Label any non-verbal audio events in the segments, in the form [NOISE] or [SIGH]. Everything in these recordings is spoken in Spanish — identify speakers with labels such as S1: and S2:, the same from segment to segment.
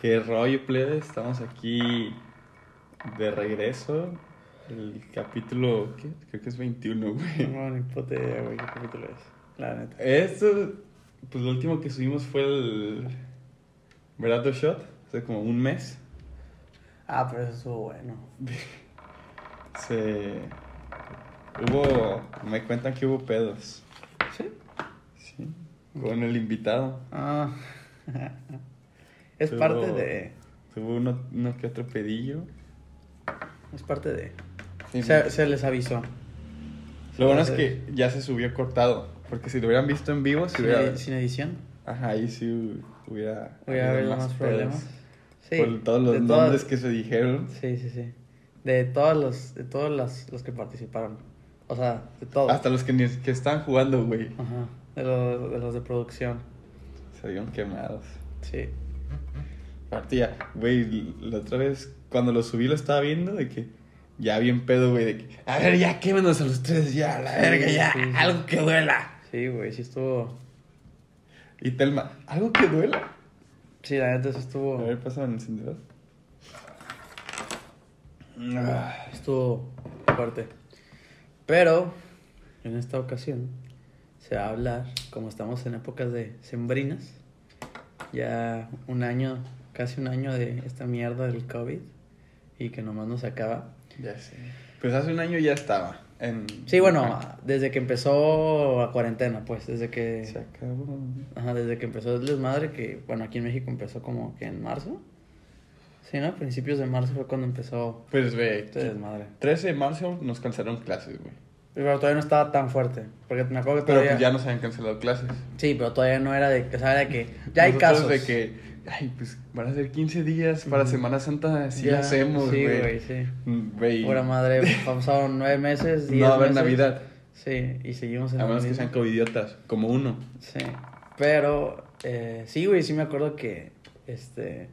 S1: Qué rollo, plebe. Estamos aquí de regreso. El capítulo, ¿qué? creo que es 21,
S2: No,
S1: güey.
S2: no, ni puta idea, güey, qué capítulo es. La neta.
S1: Esto, pues lo último que subimos fue el Verato Shot, hace como un mes.
S2: Ah, pero eso estuvo bueno.
S1: Se. Hubo. Me cuentan que hubo pedos.
S2: ¿Sí?
S1: Sí. Con el invitado.
S2: Ah. [LAUGHS] es
S1: Pero-
S2: parte de.
S1: Tuvo uno, uno que otro pedillo.
S2: Es parte de.
S1: Sí,
S2: se, se les avisó.
S1: Lo bueno es que ya se subió cortado. Porque si lo hubieran visto en vivo, se
S2: Sin,
S1: hubiera.
S2: edi- sin edición.
S1: Ajá, ahí sí hubiera.
S2: Voy a
S1: habido
S2: ver más
S1: pedos.
S2: problemas. Sí.
S1: Por todos
S2: de
S1: los
S2: todas-
S1: nombres que se dijeron.
S2: Sí, sí, sí. De todos los, de todos los, los que participaron. O sea, de todos.
S1: Hasta los que, ni- que están jugando, güey.
S2: Ajá. De los, de los de producción.
S1: Se vieron quemados.
S2: Sí.
S1: Aparte ya, güey, la otra vez cuando lo subí lo estaba viendo de que ya bien pedo, güey, de que a ver, ya quémenos a los tres ya, a la
S2: Sí,
S1: verga ya,
S2: sí, sí.
S1: algo que duela.
S2: Sí, güey, sí estuvo.
S1: Y Telma, algo que duela.
S2: Sí, la neta sí estuvo.
S1: A ver, pásame el encendedor. Ah,
S2: Estuvo fuerte. Pero, en esta ocasión, se va a hablar, como estamos en épocas de sembrinas, ya un año, casi un año de esta mierda del COVID y que nomás nos acaba.
S1: Ya sé. Pues hace un año ya estaba en
S2: Sí, bueno, desde que empezó la cuarentena, pues, desde que...
S1: se acabó.
S2: Ajá, desde que empezó el desmadre, que bueno, aquí en México empezó como que en marzo. Sí, ¿no? Principios de marzo fue cuando empezó
S1: Pues ve,
S2: este desmadre.
S1: 13 de marzo nos cancelaron clases, güey.
S2: Pero todavía no estaba tan fuerte, porque me acuerdo que
S1: Pero
S2: todavía...
S1: pues ya nos habían cancelado clases.
S2: Sí, pero todavía no era de que, o sea, era de que ya hay
S1: Nosotros
S2: casos.
S1: de que, ay, pues van a ser 15 días para
S2: Ujú.
S1: Semana Santa, así
S2: Ya,
S1: lo hacemos,
S2: Sí,
S1: güey.
S2: güey, sí.
S1: Mm, Güey. [LAUGHS]
S2: Pura madre, pasaron nueve meses, diez
S1: No va a haber
S2: meses.
S1: Navidad,
S2: Sí, y seguimos en
S1: a menos que
S2: Navidad.
S1: sean covidiotas, como uno.
S2: Sí, pero eh, sí, güey, sí me acuerdo que, este,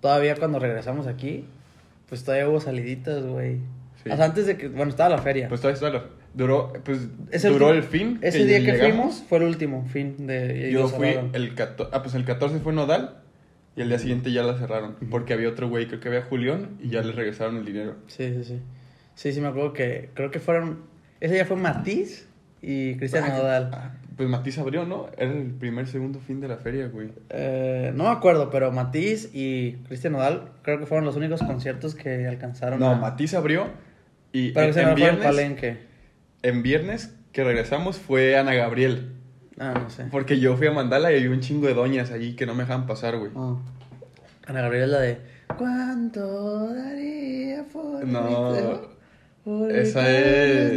S2: todavía cuando regresamos aquí, pues todavía hubo saliditas, güey.
S1: Sí.
S2: O sea, antes de que, bueno, estaba la feria.
S1: Pues todo eso duró, pues
S2: Ese
S1: duró
S2: ulti-
S1: el fin.
S2: Ese día que
S1: llegamos.
S2: fuimos fue el último fin de... y
S1: Yo
S2: lo
S1: fui
S2: cerraron.
S1: el 14, ah, pues el 14 fue Nodal y el día siguiente ya la cerraron. Porque había otro güey, creo que había Julián y ya le regresaron el dinero.
S2: Sí, sí, sí. Sí, sí, me acuerdo que creo que fueron. Ese día fue Matiz y Cristian
S1: Ah,
S2: Nodal.
S1: ah, Pues Matiz abrió, ¿no? Era el primer, segundo fin de la feria, güey.
S2: Eh, no me acuerdo, pero Matiz y Cristian Nodal creo que fueron los únicos conciertos que alcanzaron.
S1: No,
S2: a-
S1: Matiz abrió y
S2: Pero
S1: en,
S2: ese no fue en
S1: viernes,
S2: Palenque.
S1: en viernes que regresamos fue Ana Gabriel.
S2: Ah, no sé.
S1: Porque yo fui a Mandala y había un chingo de doñas allí que no me dejaban pasar, güey.
S2: Ah. Ana Gabriela es la de. ¿Cuánto daría por
S1: No,
S2: verte? Por
S1: esa
S2: verte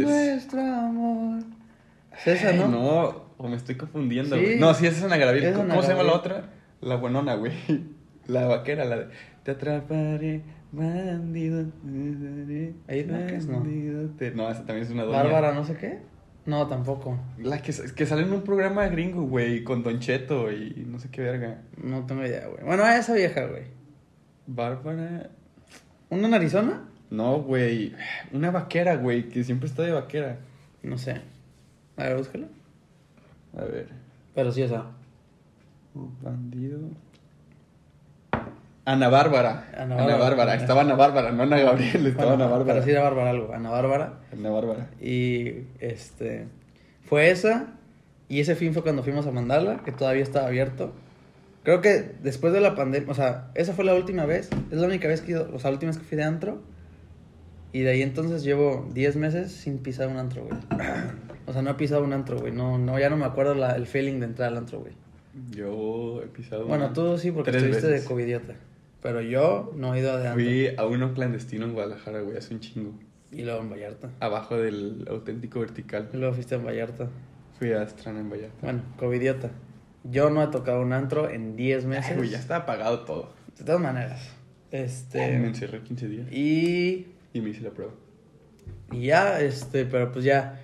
S1: es-
S2: Nuestro amor. Es esa,
S1: Ay,
S2: ¿no?
S1: No, o me estoy confundiendo,
S2: Sí.
S1: güey. No, sí, esa es Ana Gabriel.
S2: Es
S1: ¿Cómo,
S2: Ana
S1: cómo se llama la
S2: Gabriel.
S1: otra? La buenona, güey. [LAUGHS] La vaquera, la de... Te atraparé, bandido.
S2: Ahí no, que es no.
S1: bandido, te- No, esa también es una doña.
S2: Bárbara, no sé qué. No, tampoco.
S1: La que, que sale en un programa gringo, güey, con Don Cheto y no sé qué verga.
S2: No tengo idea, güey. Bueno, esa vieja, güey.
S1: Bárbara...
S2: ¿Una en Arizona?
S1: No, güey. Una vaquera, güey, que siempre está de vaquera.
S2: No sé. A ver, búscala.
S1: A ver.
S2: Pero sí, esa.
S1: Bandido. Ana Bárbara. Ana
S2: Ana Bárbara.
S1: Bárbara. Estaba Ana Bárbara, no Ana Gabriel, estaba
S2: Bueno,
S1: Ana Bárbara.
S2: Pero sí era Bárbara algo. Ana Bárbara.
S1: Ana Bárbara.
S2: Y este. Fue esa. Y ese fin fue cuando fuimos a mandarla, que todavía estaba abierto. Creo que después de la pandemia. O sea, esa fue la última vez. Es la única vez que. yo- O sea, la última vez que fui de antro. Y de ahí entonces llevo 10 meses sin pisar un antro, güey. O sea, no he pisado un antro, güey. No, no, ya no me acuerdo la- el feeling de entrar al antro, güey.
S1: Yo he pisado.
S2: Bueno, tú sí, porque
S1: tres
S2: estuviste
S1: veces.
S2: de covidiota. Pero yo no he ido adelante.
S1: Fui a uno clandestino en Guadalajara, güey, hace un chingo.
S2: Y luego en Vallarta.
S1: Abajo del auténtico vertical.
S2: Y luego fuiste en Vallarta.
S1: Fui a Astrana en Vallarta.
S2: Bueno, covidiota. Yo no he tocado un antro en 10 meses.
S1: Ay, güey, ya está apagado todo.
S2: De todas maneras. Este.
S1: Me encerré 15 días
S2: Y,
S1: y me hice la prueba.
S2: y ya, este, pero pues ya.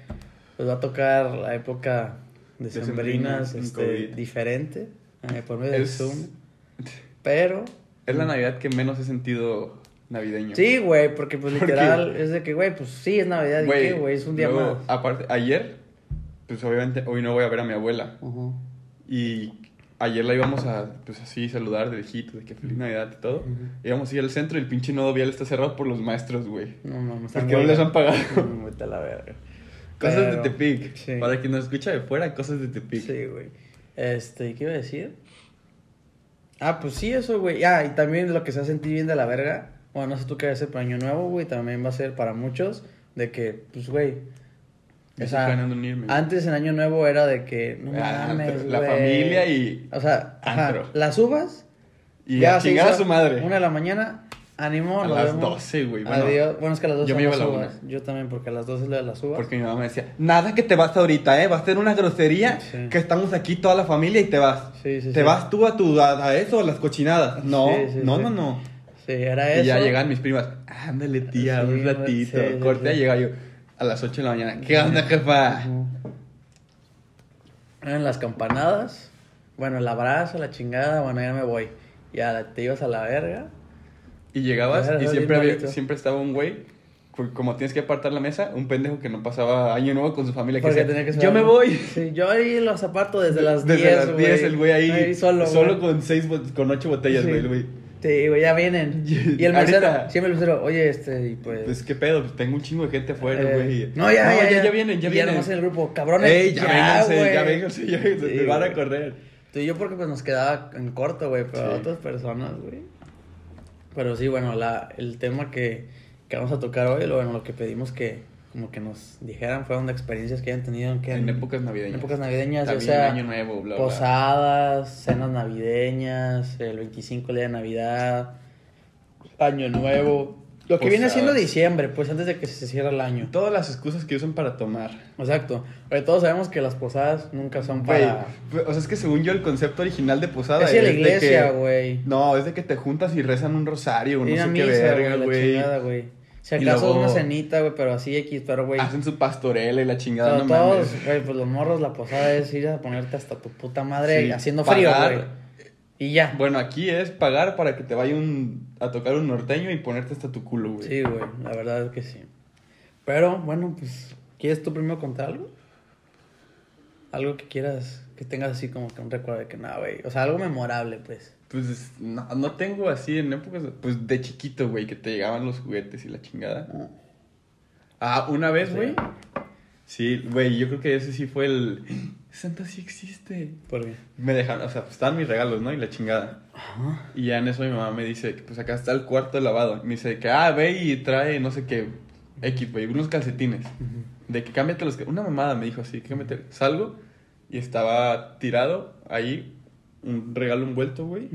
S2: Pues va a tocar la época de
S1: Decembrina,
S2: sembrinas
S1: sin
S2: este,
S1: COVID.
S2: diferente. eh, por medio del
S1: Es-
S2: Zoom.
S1: [LAUGHS]
S2: Pero.
S1: Es la Navidad que menos he sentido navideño.
S2: Mm. Sí, güey, porque pues
S1: Porque-
S2: literal es de que, güey, pues sí, es Navidad. ¿Y qué, güey? Es un día
S1: luego,
S2: más.
S1: Aparte, ayer, pues obviamente hoy no voy a ver a mi abuela.
S2: Ujú.
S1: Y ayer la íbamos a, pues así, saludar de lejitos, de que feliz Navidad y todo. Íbamos a ir al centro y el pinche nodo vial está cerrado por los maestros, güey.
S2: No mames,
S1: Porque no les han
S2: [LAUGHS]
S1: pagado.
S2: Mm, Vete a la verga.
S1: Cosas de
S2: Pero-
S1: Tepic.
S2: sí.
S1: Para quien nos escucha de fuera, cosas de Tepic.
S2: Sí, güey. Este, ¿qué iba a decir? Ah, pues sí, eso, güey. Ah, y también lo que se va a sentir bien de la verga. Bueno, no sé tú qué va a ser para Año Nuevo, güey. También va a ser para muchos de que, pues, güey.
S1: Yo
S2: o
S1: estoy
S2: sea,
S1: planeando en irme.
S2: Antes en Año Nuevo era de que, no
S1: Ah,
S2: mames,
S1: antes, la
S2: güey.
S1: familia y-
S2: O sea, ajá,
S1: antro.
S2: las uvas.
S1: Y
S2: ya
S1: a
S2: se
S1: chingar a
S2: hizo
S1: su madre.
S2: Una de la mañana. Ánimo.
S1: A
S2: nos
S1: las
S2: vemos.
S1: 12, güey, bueno,
S2: Adiós. Bueno, es que a las 12
S1: yo me
S2: son
S1: iba
S2: las
S1: a la
S2: uvas. Yo también, porque a las 12 es la de las uvas.
S1: Porque mi mamá me decía, nada que te vas ahorita, ¿eh? Va a ser una grosería
S2: Sí.
S1: que estamos aquí toda la familia y te vas.
S2: Sí, sí,
S1: te
S2: sí.
S1: vas tú a tu a, a eso, a las cochinadas. No,
S2: Sí, sí,
S1: no,
S2: sí.
S1: no, no.
S2: Sí, era eso.
S1: Y ya llegan mis primas, ándale tía,
S2: Sí,
S1: un
S2: güey,
S1: ratito.
S2: sí, sí,
S1: Corte,
S2: sí.
S1: llega yo a las 8 de la mañana. ¿Qué onda, jefa?
S2: Eran las campanadas. Bueno, el abrazo, la chingada. Bueno, ya me voy. Ya la- te ibas a la verga.
S1: Y llegabas
S2: Claro,
S1: y
S2: bien
S1: siempre, había-
S2: malito.
S1: siempre estaba un güey, cu- como tienes que apartar la mesa, un pendejo que no pasaba año nuevo con su familia. Que
S2: Porque
S1: decía,
S2: tenía que
S1: yo
S2: esperar-
S1: me voy.
S2: Sí, yo ahí los aparto desde las 10.
S1: Desde las 10 el güey ahí,
S2: solo.
S1: solo
S2: güey.
S1: con seis, bot- con ocho botellas,
S2: Sí.
S1: güey, el güey.
S2: Sí, güey,
S1: [LAUGHS]
S2: ya vienen. Y el mesero,
S1: Ahorita.
S2: siempre el mesero, oye, este, y pues.
S1: Pues qué pedo, pues, tengo un chingo de gente afuera,
S2: eh,
S1: güey.
S2: no, ya, ya,
S1: ya, vienen, ya
S2: Y
S1: vienen.
S2: nomás en el grupo, cabrones.
S1: Ey, ya, vénganse,
S2: güey.
S1: ya vénganse, ya vénganse,
S2: Sí,
S1: te van a
S2: güey.
S1: correr.
S2: Tú y yo porque pues nos quedaba en corto, güey, pero
S1: Sí.
S2: otras personas, güey. Pero sí, bueno, la, el tema que, que vamos a tocar hoy, lo, bueno, lo que pedimos que como que nos dijeran fueron de experiencias que hayan tenido en, que,
S1: En épocas navideñas.
S2: en épocas navideñas, ya
S1: También
S2: sea pues, ah.
S1: año nuevo, bla, bla.
S2: posadas, cenas navideñas, el 25 el día de Navidad, Año Nuevo, lo que viene
S1: Posadas.
S2: siendo diciembre, pues antes de que se cierre el año.
S1: Todas las excusas que usan para tomar.
S2: Exacto. Pero todos sabemos que las posadas nunca son
S1: Güey,
S2: para
S1: o sea, es que según yo el concepto original de posada
S2: es de la
S1: de
S2: iglesia,
S1: que-
S2: güey.
S1: No, es de que te juntas y rezan un rosario, no
S2: Ir a
S1: sé qué
S2: misa,
S1: verga,
S2: la
S1: güey.
S2: chingada, güey. Si
S1: Y
S2: acaso
S1: luego-
S2: una cenita, güey, pero así X, pero güey.
S1: Hacen su pastorela y la chingada,
S2: Pero
S1: no
S2: todos,
S1: mames.
S2: güey, pues los morros, la posada es ir a ponerte hasta tu puta madre
S1: Sí,
S2: haciendo frío,
S1: pagar.
S2: güey. Y ya.
S1: Bueno, aquí es pagar para que te vaya un, a tocar un norteño y ponerte hasta tu culo, güey.
S2: Sí, güey, la verdad es que sí. Pero bueno, pues, ¿quieres tú primero contar algo? Algo que quieras, que tengas así como que un recuerdo de que nada, güey. O sea, algo memorable, pues.
S1: Pues no, no tengo así en épocas, pues de chiquito, güey, que te llegaban los juguetes y la chingada. Ah, una vez, güey. Sí, güey, yo creo que ese sí fue el... Santa sí existe.
S2: Porque.
S1: Me dejaron, o sea, pues, estaban mis regalos, ¿no? Y la chingada. Y ya en eso mi mamá me dice, que, pues acá está el cuarto de lavado. Me dice que, ah, ve y trae, no sé qué, X, güey, unos calcetines. De que cámbiate los... que- Una mamada me dijo así, que cámbiate. Salgo y estaba tirado ahí, un regalo envuelto, güey.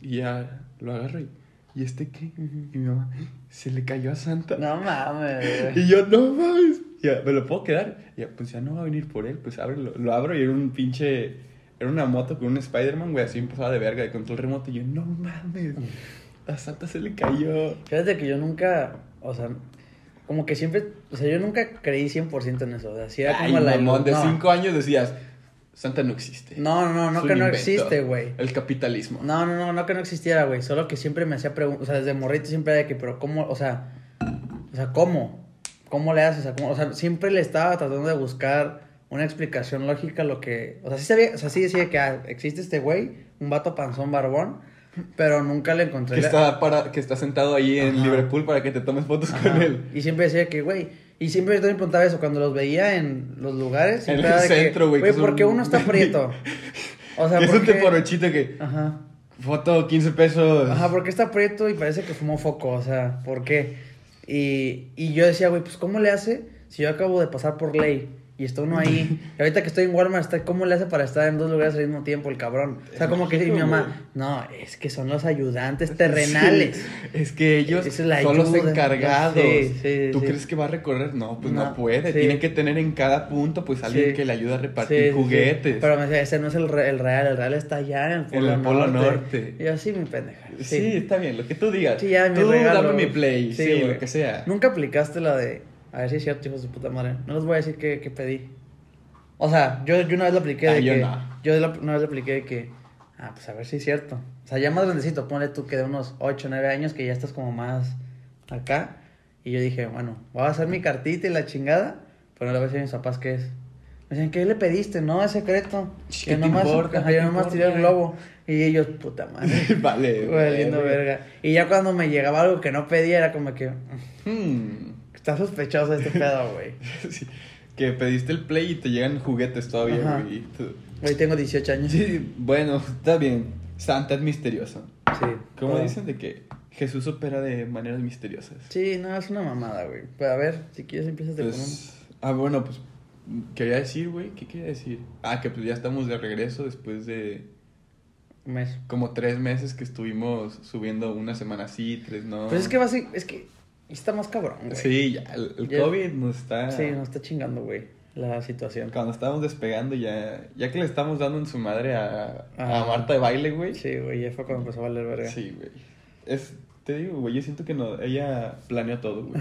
S1: Y ya lo agarro y, ¿y este qué?
S2: Ujú.
S1: Y mi mamá, se le cayó a Santa.
S2: No mames, güey.
S1: [LAUGHS] Y yo, no mames. Ya, ¿me lo puedo quedar? Y ya, pues ya no va a venir por él, pues ábrelo. Lo abro y era un pinche. Era una moto con un Spider-Man, güey, así empezaba de verga, de control remoto. Y yo, no mames. A Santa se le cayó.
S2: Fíjate que yo nunca, o sea, como que siempre, o sea, yo nunca creí 100% en eso. O sea, sí era como
S1: Ay,
S2: la
S1: mamón, de
S2: no,
S1: 5 años decías, Santa no existe.
S2: No, no, no,
S1: Es
S2: que
S1: un
S2: no
S1: invento.
S2: existe, güey.
S1: El capitalismo.
S2: No, no, no, no que no existiera, güey. Solo que siempre me hacía preguntas, o sea, desde morrito siempre era de que, pero ¿cómo? O sea, o sea, ¿cómo? ¿Cómo le haces? O sea, ¿cómo? O sea, siempre le estaba tratando de buscar una explicación lógica a lo que... O sea, sí, sabía, o sea, sí decía que ah, existe este güey, un vato panzón barbón, pero nunca le encontré...
S1: Que
S2: la-
S1: está, para, que está sentado ahí en
S2: Ajá.
S1: Liverpool para que te tomes fotos con
S2: Ajá.
S1: él.
S2: Y siempre decía que, güey. Y siempre yo también preguntaba eso. Cuando los veía en los lugares,
S1: En
S2: siempre
S1: el
S2: era de que,
S1: centro, güey, que es
S2: ¿por qué
S1: un-
S2: uno está
S1: [LAUGHS]
S2: prieto? O sea,
S1: Y es
S2: ¿por
S1: un
S2: qué-
S1: teporochito que
S2: Ajá.
S1: foto 15 pesos.
S2: Ajá, porque está prieto y parece que fumó foco. O sea, ¿por qué? Y, y yo decía, güey, pues ¿cómo le hace si yo acabo de pasar por ley? Y está uno
S1: [LAUGHS]
S2: ahí. Y ahorita que estoy en Walmart, está- ¿cómo le hace para estar en dos lugares al mismo tiempo el cabrón? O sea, como que y mi mamá, no, es que son los ayudantes terrenales.
S1: Sí, es que ellos
S2: Esa es la
S1: son los
S2: ayuda.
S1: encargados.
S2: Sí, sí,
S1: ¿Tú
S2: sí.
S1: crees que va a recorrer? No, pues no,
S2: No,
S1: puede.
S2: sí.
S1: Tienen que tener en cada punto pues alguien
S2: Sí.
S1: que le ayude a
S2: Sí,
S1: repartir
S2: sí, sí.
S1: juguetes.
S2: Pero me decía, ese no es el, re- el real, el real está allá en el Polo,
S1: el Polo Norte.
S2: Y yo, sí, mi pendeja.
S1: sí. está bien, lo que tú digas.
S2: Sí, ya, mi
S1: tú
S2: regalo.
S1: dame mi play,
S2: Sí,
S1: sí,
S2: güey.
S1: lo que sea. [LAUGHS]
S2: Nunca aplicaste la de, a ver si es cierto, hijos de puta madre. No les voy a decir qué, qué pedí. O sea, yo, yo una vez la apliqué de
S1: Ah, yo
S2: que.
S1: no.
S2: yo la- una vez la apliqué de que, ah, pues a ver si es cierto. O sea, ya más grandecito, ponle tú que de unos 8, 9 años que ya estás como más acá. Y yo dije, bueno, voy a hacer mi cartita y la chingada, pero no le voy a decir a mis papás qué es. Me decían, ¿qué le pediste? No, es secreto.
S1: Ch,
S2: Que
S1: ¿qué te
S2: nomás,
S1: importa?
S2: ajá,
S1: ¿Qué
S2: yo
S1: te
S2: nomás tiré el
S1: importa?
S2: globo. Y ellos, puta
S1: [LAUGHS]
S2: madre.
S1: vale.
S2: Valiendo verga. Y ya cuando me llegaba algo que no pedía, era como que.
S1: Hmm.
S2: Está sospechoso este pedo, güey.
S1: Sí, Que pediste el play y te llegan juguetes todavía,
S2: Ajá.
S1: güey. y tú-
S2: Hoy tengo 18 años.
S1: Sí, bueno, está bien. Santa es misterioso.
S2: Sí.
S1: ¿Cómo
S2: pero-
S1: dicen de que Jesús opera de maneras misteriosas?
S2: Ah. Sí, no, es una mamada, güey. Pero a ver, si quieres empiezas de
S1: Pues, ah, bueno, pues quería decir, güey, ¿qué quería decir? Ah, que pues ya estamos de regreso después de
S2: un mes.
S1: como tres meses que estuvimos subiendo una semana sí, tres no.
S2: Pues es que va a ser- es que está más cabrón, güey.
S1: Sí, ya, el, el
S2: Ya-
S1: COVID nos está...
S2: Sí, nos está chingando, güey, la situación.
S1: Cuando estábamos despegando ya, ya que le estamos dando en su madre a, a
S2: Ah.
S1: Marta de baile, güey.
S2: Sí, güey, ya fue cuando empezó a valer verga.
S1: Sí, güey. Es, te digo, güey, yo siento que no, ella planeó todo,
S2: [LAUGHS]
S1: güey.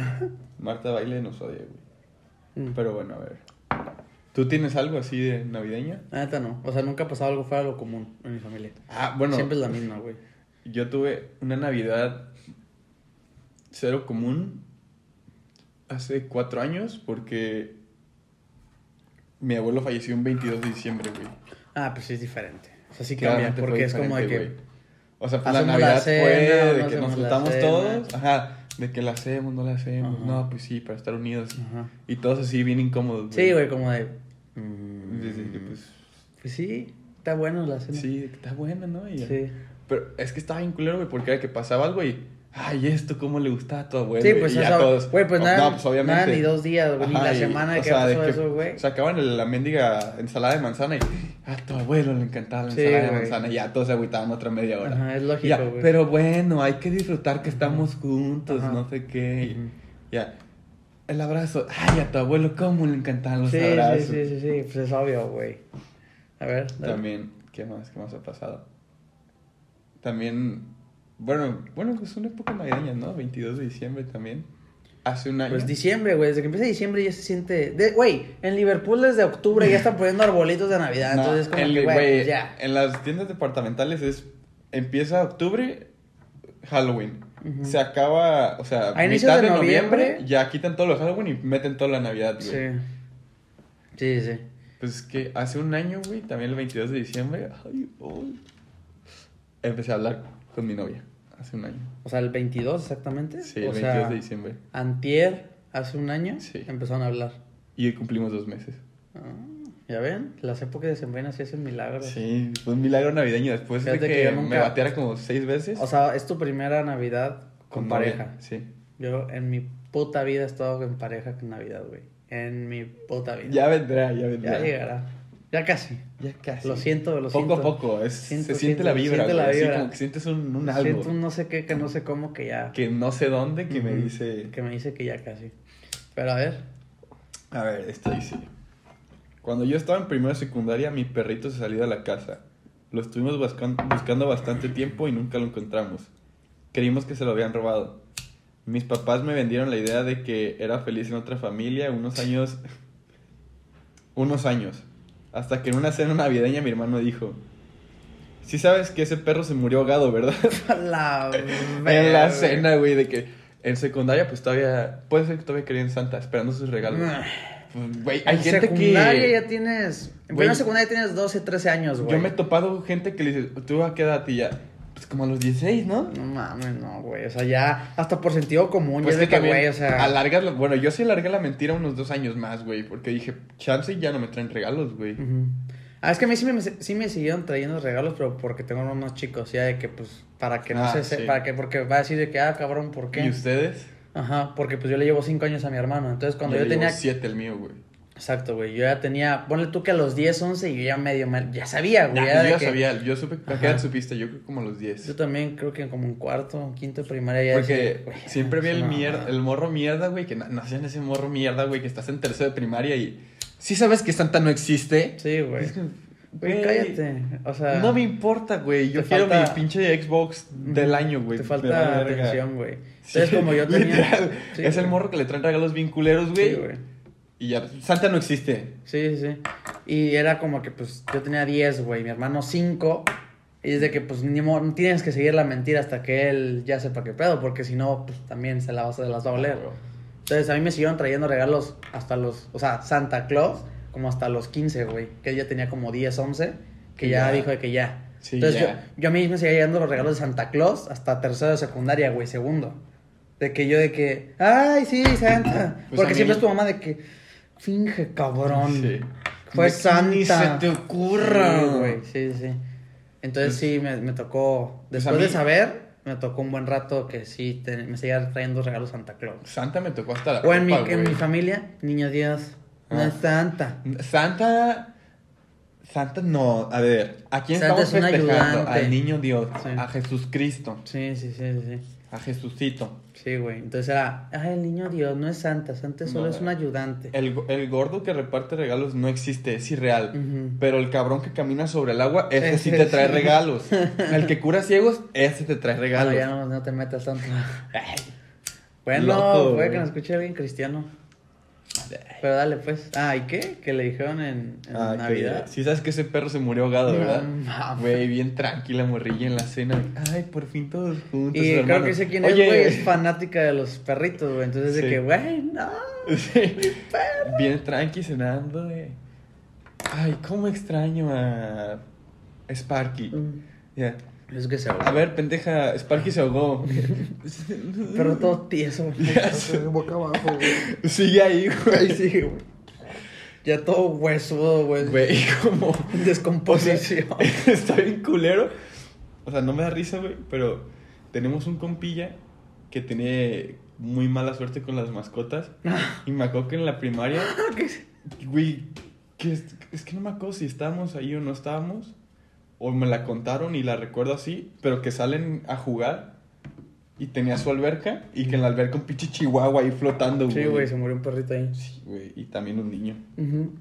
S1: Marta de baile nos odia, güey.
S2: Mm.
S1: Pero bueno, a ver. ¿Tú tienes algo así de navideño?
S2: La neta no. O sea, nunca ha pasado algo fuera de lo común en mi familia.
S1: Ah, bueno.
S2: Siempre es la misma, güey.
S1: Yo tuve una Navidad cero común hace cuatro años porque mi abuelo falleció un 22 de diciembre, güey.
S2: Ah, pues sí es diferente. O sea, sí cambia,
S1: Claramente fue
S2: porque es como de que...
S1: diferente, güey. O sea, pues la
S2: hacemos la
S1: Navidad
S2: cena,
S1: fue de que
S2: no
S1: nos
S2: hacemos la
S1: juntamos
S2: cena.
S1: todos. Ajá, de que la hacemos, no la hacemos.
S2: Ajá.
S1: No, pues sí, para estar unidos.
S2: Ajá.
S1: Y todos así bien incómodos,
S2: Sí, güey, como de...
S1: Desde que, pues,
S2: Pues sí, está bueno la cena.
S1: sí, de que está buena, ¿no? Y-
S2: Sí.
S1: Pero es que estaba bien culero, güey, porque era que pasaba algo y... Ay, esto cómo le gustaba a tu abuelo.
S2: Sí, pues
S1: y ya
S2: eso-
S1: todos,
S2: güey, pues
S1: no,
S2: nada-
S1: no, pues, obviamente.
S2: nada, ni dos días, güey, ni la
S1: y-
S2: semana de
S1: o
S2: que
S1: sea,
S2: pasó eso, güey.
S1: Sacaban el- la mendiga ensalada de manzana y a tu abuelo le encantaba la
S2: Sí,
S1: ensalada de
S2: güey.
S1: manzana. Y ya todos se agüitaban otra media hora.
S2: Ajá, es
S1: Y ya,
S2: lógico, güey.
S1: pero bueno, hay que disfrutar que estamos juntos,
S2: Ajá.
S1: no sé qué. y
S2: Ujú.
S1: Ya. El abrazo. Ay, a tu abuelo, cómo le encantaban los
S2: Sí, sí,
S1: abrazos.
S2: sí, sí, sí, pues es obvio, güey. A ver, dale.
S1: También, ¿qué más? ¿Qué más ha pasado? También, bueno, bueno, pues una época navideña, ¿no? 22 de diciembre también. Hace un año.
S2: Pues diciembre, güey, desde que empieza diciembre ya se siente... de- Güey, en Liverpool desde octubre ya están poniendo arbolitos de
S1: [LAUGHS]
S2: Navidad,
S1: No,
S2: entonces es como
S1: en,
S2: que,
S1: Ah, güey,
S2: güey, ya.
S1: en las tiendas departamentales es, empieza octubre, Halloween.
S2: Ujú.
S1: Se acaba, o sea,
S2: A inicios de noviembre.
S1: ya quitan todo lo de Halloween y meten toda la Navidad, güey.
S2: Sí. Sí, sí.
S1: Pues es que hace un año, güey, también el 22 de diciembre, ay, ay, empecé a hablar con mi novia, hace un año.
S2: O sea, el 22 exactamente.
S1: Sí, el
S2: o
S1: 22
S2: sea,
S1: de diciembre.
S2: Antier, hace un año,
S1: Sí.
S2: empezaron a hablar.
S1: Y cumplimos dos meses.
S2: Ah, ya ven, las épocas de sembrina sí hacen milagros.
S1: Sí, fue un milagro navideño después
S2: Fíjate
S1: de
S2: que
S1: que,
S2: yo nunca-
S1: me bateara como seis veces.
S2: O sea, es tu primera Navidad con,
S1: novia.
S2: pareja.
S1: Sí.
S2: Yo en mi puta vida he estado en pareja con Navidad, güey. En mi puta vida.
S1: Ya vendrá, ya
S2: Ya
S1: vendrá.
S2: llegará. Ya casi.
S1: Ya casi.
S2: Lo siento, lo
S1: poco
S2: siento.
S1: a poco, es-
S2: Siento,
S1: se siente
S2: siento,
S1: la vibra,
S2: siente la
S1: güey, así
S2: vibra.
S1: como que sientes un, un algo
S2: Siento un no sé qué, que no sé cómo, que ya.
S1: que no sé dónde que me
S2: Ujú.
S1: dice,
S2: Que me dice que ya casi. Pero a ver. [LAUGHS]
S1: a ver, esto dice. Cuando yo estaba en primera secundaria, mi perrito se salió de la casa. Lo estuvimos buscan- buscando bastante tiempo y nunca lo encontramos. Creímos que se lo habían robado. Mis papás me vendieron la idea de que era feliz en otra familia unos años. [LAUGHS] unos años. Hasta que en una cena navideña mi hermano dijo: Sí sabes que ese perro se murió ahogado, ¿verdad? [LAUGHS]
S2: la
S1: en la
S2: verga.
S1: cena, güey, de que en secundaria, pues todavía. Puede ser que todavía creía en Santa, esperando sus regalos. Pues, Güey, hay
S2: en
S1: gente
S2: secundaria
S1: que.
S2: ya tienes. En
S1: Güey.
S2: primera secundaria tienes 12, 13 años, güey.
S1: Yo me he topado gente que le dice, ¿tú a qué edad? Y ya, pues como a los 16, ¿no?
S2: No mames, no, güey. O sea, ya hasta por sentido común.
S1: Pues
S2: ya es de que,
S1: también
S2: güey, o sea.
S1: alargas la- bueno, yo sí alargué la mentira unos dos años más, güey, porque dije, chance ya no me traen regalos, güey.
S2: Ujú. Ah, es que a mí sí me, sí me siguieron trayendo regalos, pero porque tengo unos más chicos. Ya de que, pues, para que no
S1: Ah,
S2: se.
S1: sí.
S2: Para que, porque va a decir de que, ah, cabrón, ¿por qué?
S1: ¿Y ustedes?
S2: Ajá, porque pues yo le llevo 5 años a mi hermano. Entonces, cuando yo,
S1: le llevo
S2: tenía.
S1: siete el mío, güey.
S2: Exacto, güey. Yo ya tenía. Ponle tú que a los 10, 11 y yo ya medio. mal- Ya sabía, güey.
S1: Nah,
S2: ya
S1: pues
S2: de
S1: yo ya
S2: que-
S1: sabía, yo supe, ¿a qué
S2: Ajá.
S1: edad supiste? Yo creo que como a los 10.
S2: Yo también creo que como en cuarto, quinto de primaria ya decía,
S1: Porque
S2: güey,
S1: siempre vi
S2: es
S1: el,
S2: una
S1: mier-
S2: mamada.
S1: el morro mierda, güey, que na- nació en ese morro mierda, güey, que estás en tercero de primaria y... ¿Sí sabes que Santa no existe?
S2: Sí, güey. Güey,
S1: Güey,
S2: cállate. O sea,
S1: No me importa, güey, yo
S2: te
S1: quiero
S2: falta-
S1: mi pinche Xbox del año, güey.
S2: te
S1: me
S2: falta
S1: vale verga.
S2: atención, güey.
S1: Sí,
S2: Entonces,
S1: [LAUGHS]
S2: como yo tenía.
S1: literal.
S2: Sí,
S1: es el
S2: güey.
S1: morro que le traen regalos bien culeros, güey.
S2: Sí, güey.
S1: y ya, Santa no existe.
S2: Sí, sí, sí. Y era como que, pues, yo tenía 10, güey, mi hermano 5. Y es de que, pues, ni mo- tienes que seguir la mentira hasta que él ya sepa qué pedo, porque si no, pues, también se la vas a las va a oler. Entonces, a mí me siguieron trayendo regalos hasta los, o sea, Santa Claus, como hasta los 15, güey. Que él ya tenía como 10, 11. Que
S1: Que
S2: ya,
S1: ya.
S2: dijo de que ya.
S1: Sí,
S2: Entonces
S1: ya.
S2: Yo, yo a mí me seguía llegando los regalos de Santa Claus hasta tercero de secundaria, güey, segundo. De que yo de que, ay, sí, Santa.
S1: Pues a
S2: Porque
S1: mí-
S2: siempre es tu mamá de que, finge, cabrón.
S1: Sí.
S2: Fue
S1: De que ni se
S2: Santa.
S1: te ocurra.
S2: Sí, güey, sí, sí. Entonces sí, me, me tocó.
S1: Pues
S2: Después
S1: a
S2: de
S1: mí-
S2: saber, me tocó un buen rato que sí te- me seguía trayendo regalos Santa Claus.
S1: Santa me tocó hasta la
S2: O en mi,
S1: prepa,
S2: en
S1: güey.
S2: mi familia, niño Dios, no
S1: Ah.
S2: es Santa.
S1: Santa. Santa no. A ver, ¿a quién
S2: Santa es
S1: estamos
S2: un
S1: festejando?
S2: ayudante.
S1: Al niño Dios.
S2: Sí.
S1: A Jesús Cristo.
S2: Sí, sí, sí, sí. sí.
S1: A Jesucito.
S2: Sí, güey. Entonces era, ay, el niño Dios no es Santa, Santa solo
S1: No,
S2: es un
S1: güey.
S2: ayudante.
S1: El, go- el gordo que reparte regalos no existe, es irreal.
S2: Ujú.
S1: Pero el cabrón que camina sobre el agua, ese sí te
S2: Ese [LAUGHS]
S1: trae
S2: sí.
S1: regalos. El que cura ciegos, ese te trae
S2: Bueno,
S1: regalos.
S2: Ah, ya no, no te metas tanto. Bueno,
S1: Loco,
S2: puede
S1: güey.
S2: que nos escuche alguien cristiano. Pero dale, pues. Ah, ¿y qué? Que le dijeron en, en
S1: Ah, que-
S2: Navidad.
S1: sí sabes que ese perro se murió ahogado,
S2: No
S1: ¿verdad?
S2: mames.
S1: Güey, bien tranquila morrilla en la cena. Ay, por fin todos juntos.
S2: Y creo
S1: hermanos.
S2: que sé quién
S1: Oye,
S2: es, güey, es fanática de los perritos, güey. Entonces de
S1: Sí.
S2: que, güey, no.
S1: [LAUGHS] Sí. Bien tranqui cenando, güey. Ay, cómo extraño a Sparky. Ya.
S2: Es que se
S1: A ver, pendeja, Sparky se ahogó.
S2: Pero todo tieso, güey.
S1: Ya
S2: Todo boca abajo, güey.
S1: [LAUGHS] Sigue [LAUGHS] ahí,
S2: Ahí
S1: güey.
S2: sí, güey. Ya todo huesudo, güey.
S1: Güey, como. [LAUGHS]
S2: En [LAUGHS] Descomposición.
S1: Está bien culero. O sea, no me da risa, güey, pero tenemos un compilla que tiene muy mala suerte con las
S2: [LAUGHS]
S1: mascotas. Y me acuerdo que en la primaria,
S2: Ah, ¿Qué?
S1: güey, que es, es que no me acuerdo si estábamos ahí o no estábamos. O me la contaron y la recuerdo así, pero que salen a jugar y tenía su alberca y que en la alberca un pinche chihuahua ahí flotando, güey.
S2: Sí, güey, se murió un perrito ahí.
S1: Sí, güey, y también un niño.
S2: Ujú.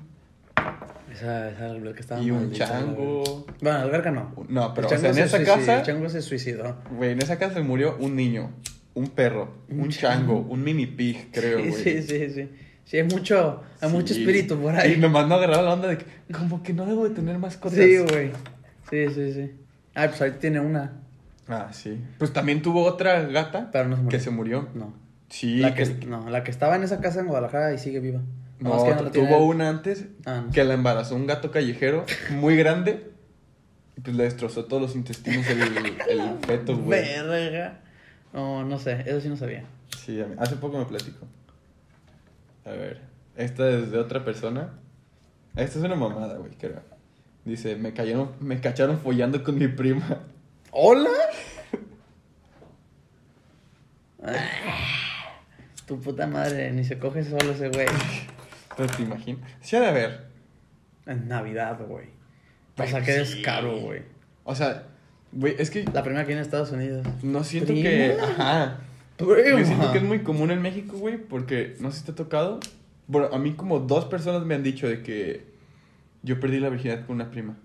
S2: Esa, esa alberca estaba
S1: y un
S2: maldita,
S1: chango.
S2: güey. Bueno, alberca no.
S1: No,
S2: El
S1: pero o
S2: chango
S1: sea, en
S2: se
S1: esa
S2: suicidó,
S1: casa,
S2: El chango se suicidó.
S1: güey, en esa casa se murió un niño, un perro,
S2: Un
S1: un, chango,
S2: chango.
S1: un mini pig, creo,
S2: Sí,
S1: güey.
S2: sí, sí, sí. Sí, hay mucho, hay
S1: Sí.
S2: mucho espíritu por ahí.
S1: Y nomás no agarraba la onda de que, como que no debo de tener mascotas.
S2: [LAUGHS] Sí, güey. Sí, sí, sí. Ah, pues ahí tiene una.
S1: Ah, sí. Pues también tuvo otra gata
S2: Pero no se murió.
S1: que se murió.
S2: No.
S1: Sí,
S2: la
S1: que,
S2: que, no, la que estaba en esa casa en Guadalajara y sigue viva.
S1: no,
S2: Nomás que ya la
S1: tuvo
S2: tiene-
S1: una antes
S2: Ah, no.
S1: que la embarazó un gato callejero muy grande. Y pues le destrozó todos los intestinos el, el feto, güey.
S2: Verga. No, no sé, eso sí no sabía.
S1: Sí, a mí- hace poco me platico. A ver, esta es de otra persona. Esta es una mamada, güey, creo. Dice, me cayeron, me cacharon follando con mi prima. [LAUGHS]
S2: ¿Hola? tu puta madre, ni se coge solo ese güey.
S1: Pero Pues, te imaginas. Sí, ha de haber.
S2: En Navidad, güey. O
S1: Ay,
S2: sea, qué
S1: sí.
S2: descaro, güey.
S1: O sea, güey, es que
S2: La primera que viene a Estados Unidos.
S1: no siento
S2: Prima.
S1: que. Ajá. Yo siento que es muy común en México, güey, porque no sé si te ha tocado. Bueno, a mí como dos personas me han dicho de que yo perdí la virginidad con una prima.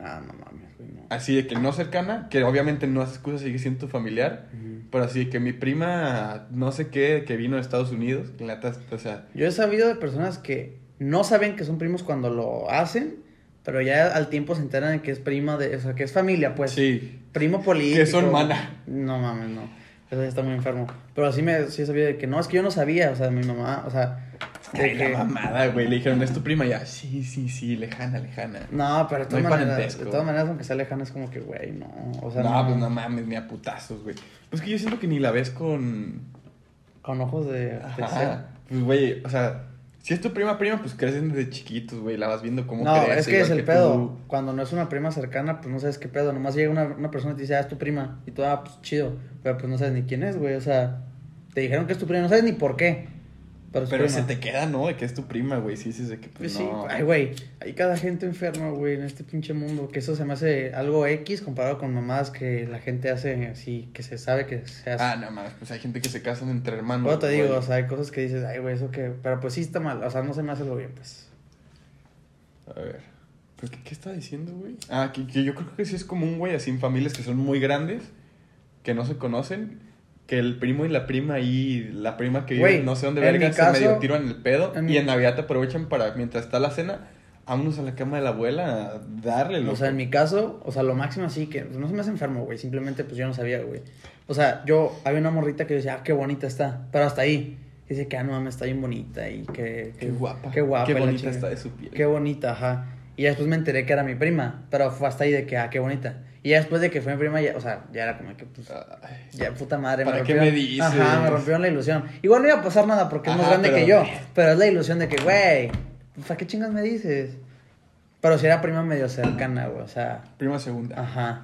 S2: Ah, no mames, güey, no.
S1: Así de que no cercana, que obviamente no es excusa, sigue siendo tu familiar.
S2: Ujú.
S1: Pero así de que mi prima, no sé qué, que vino de Estados Unidos, que la tas- o sea,
S2: Yo he sabido de personas que no saben que son primos cuando lo hacen, pero ya al tiempo se enteran de que es prima de, o sea, que es familia, pues.
S1: sí.
S2: Primo político.
S1: Que es su hermana.
S2: No mames, no. Eso sí está muy enfermo. Pero sí me sí he sabido de que no, es que yo no sabía, o sea, mi mamá, o sea, de
S1: Ay,
S2: que-
S1: la mamada, güey. Le dijeron, es tu prima, ya, sí, sí, sí, lejana, lejana.
S2: No, pero de todas
S1: No hay
S2: maneras,
S1: parentesco.
S2: de todas maneras, aunque sea lejano, es como que, güey, no. O sea,
S1: no, pues no mames, ni a putazos, güey. Pues que yo siento que ni la ves con.
S2: Con ojos de.
S1: Ajá. Pues, güey, o sea, si es tu prima, prima, pues crecen desde chiquitos, güey. La vas viendo cómo
S2: No,
S1: crece,
S2: es que
S1: igual
S2: es el
S1: tú.
S2: pedo. Cuando no es una prima cercana, pues no sabes qué pedo. Nomás llega una, una persona y te dice, ah, es tu prima. Y tú, ah, pues chido. Pero pues no sabes ni quién es, güey. O sea, te dijeron que es tu prima. No sabes ni por qué. Pero es
S1: Pero
S2: prima.
S1: se te queda, ¿no? De que es tu prima, güey. Sí, sí, de que
S2: Pues
S1: pues,
S2: sí,
S1: no.
S2: ay, güey. Hay cada gente enferma, güey, en este pinche mundo. Que eso se me hace algo X comparado con mamás que la gente hace así, que se sabe que se hace.
S1: Ah, no mames, pues hay gente que se casan entre hermanos.
S2: Pero te digo,
S1: güey.
S2: o sea, hay cosas que dices, ay, güey, eso que. Pero pues sí está mal. O sea, no se me hace lo bien, pues.
S1: A ver. ¿Pero qué, qué estaba diciendo, güey? Ah, que, que yo creo que sí es común, güey, así en familias que son muy grandes, que no se conocen, que el primo y la prima y la prima que vive
S2: Güey,
S1: no sé dónde
S2: en
S1: verga
S2: mi
S1: se
S2: caso-
S1: medio tiran el pedo
S2: en
S1: y
S2: mi-
S1: en Navidad te aprovechan para, mientras está la cena, vámonos a la cama de la abuela a darle,
S2: O
S1: loco.
S2: sea, en mi caso, o sea, lo máximo así que pues, no se me hace enfermo, güey. Simplemente, pues yo no sabía, güey. O sea, yo había una morrita que yo decía, ah, qué bonita está. Pero hasta ahí. Y dice que, ah, no mames, está bien bonita y que...
S1: Qué guapa.
S2: Qué guapa.
S1: Qué
S2: y la
S1: bonita
S2: chingada.
S1: está de su piel.
S2: Qué bonita, ajá. Y ya después me enteré que era mi prima, pero fue hasta ahí de que, ah, qué bonita. Y ya después de que fue mi prima, ya, o sea, ya era como que, pues,
S1: Ay.
S2: ya puta madre.
S1: ¿Para qué me dices?
S2: Ajá, me rompieron la ilusión. Igual no iba a pasar nada porque es más
S1: Ajá,
S2: grande
S1: pero-
S2: que yo, pero es la ilusión de que, güey, ¿para qué chingas me dices? Pero si era prima medio cercana, güey, o sea,
S1: Prima segunda.
S2: ajá.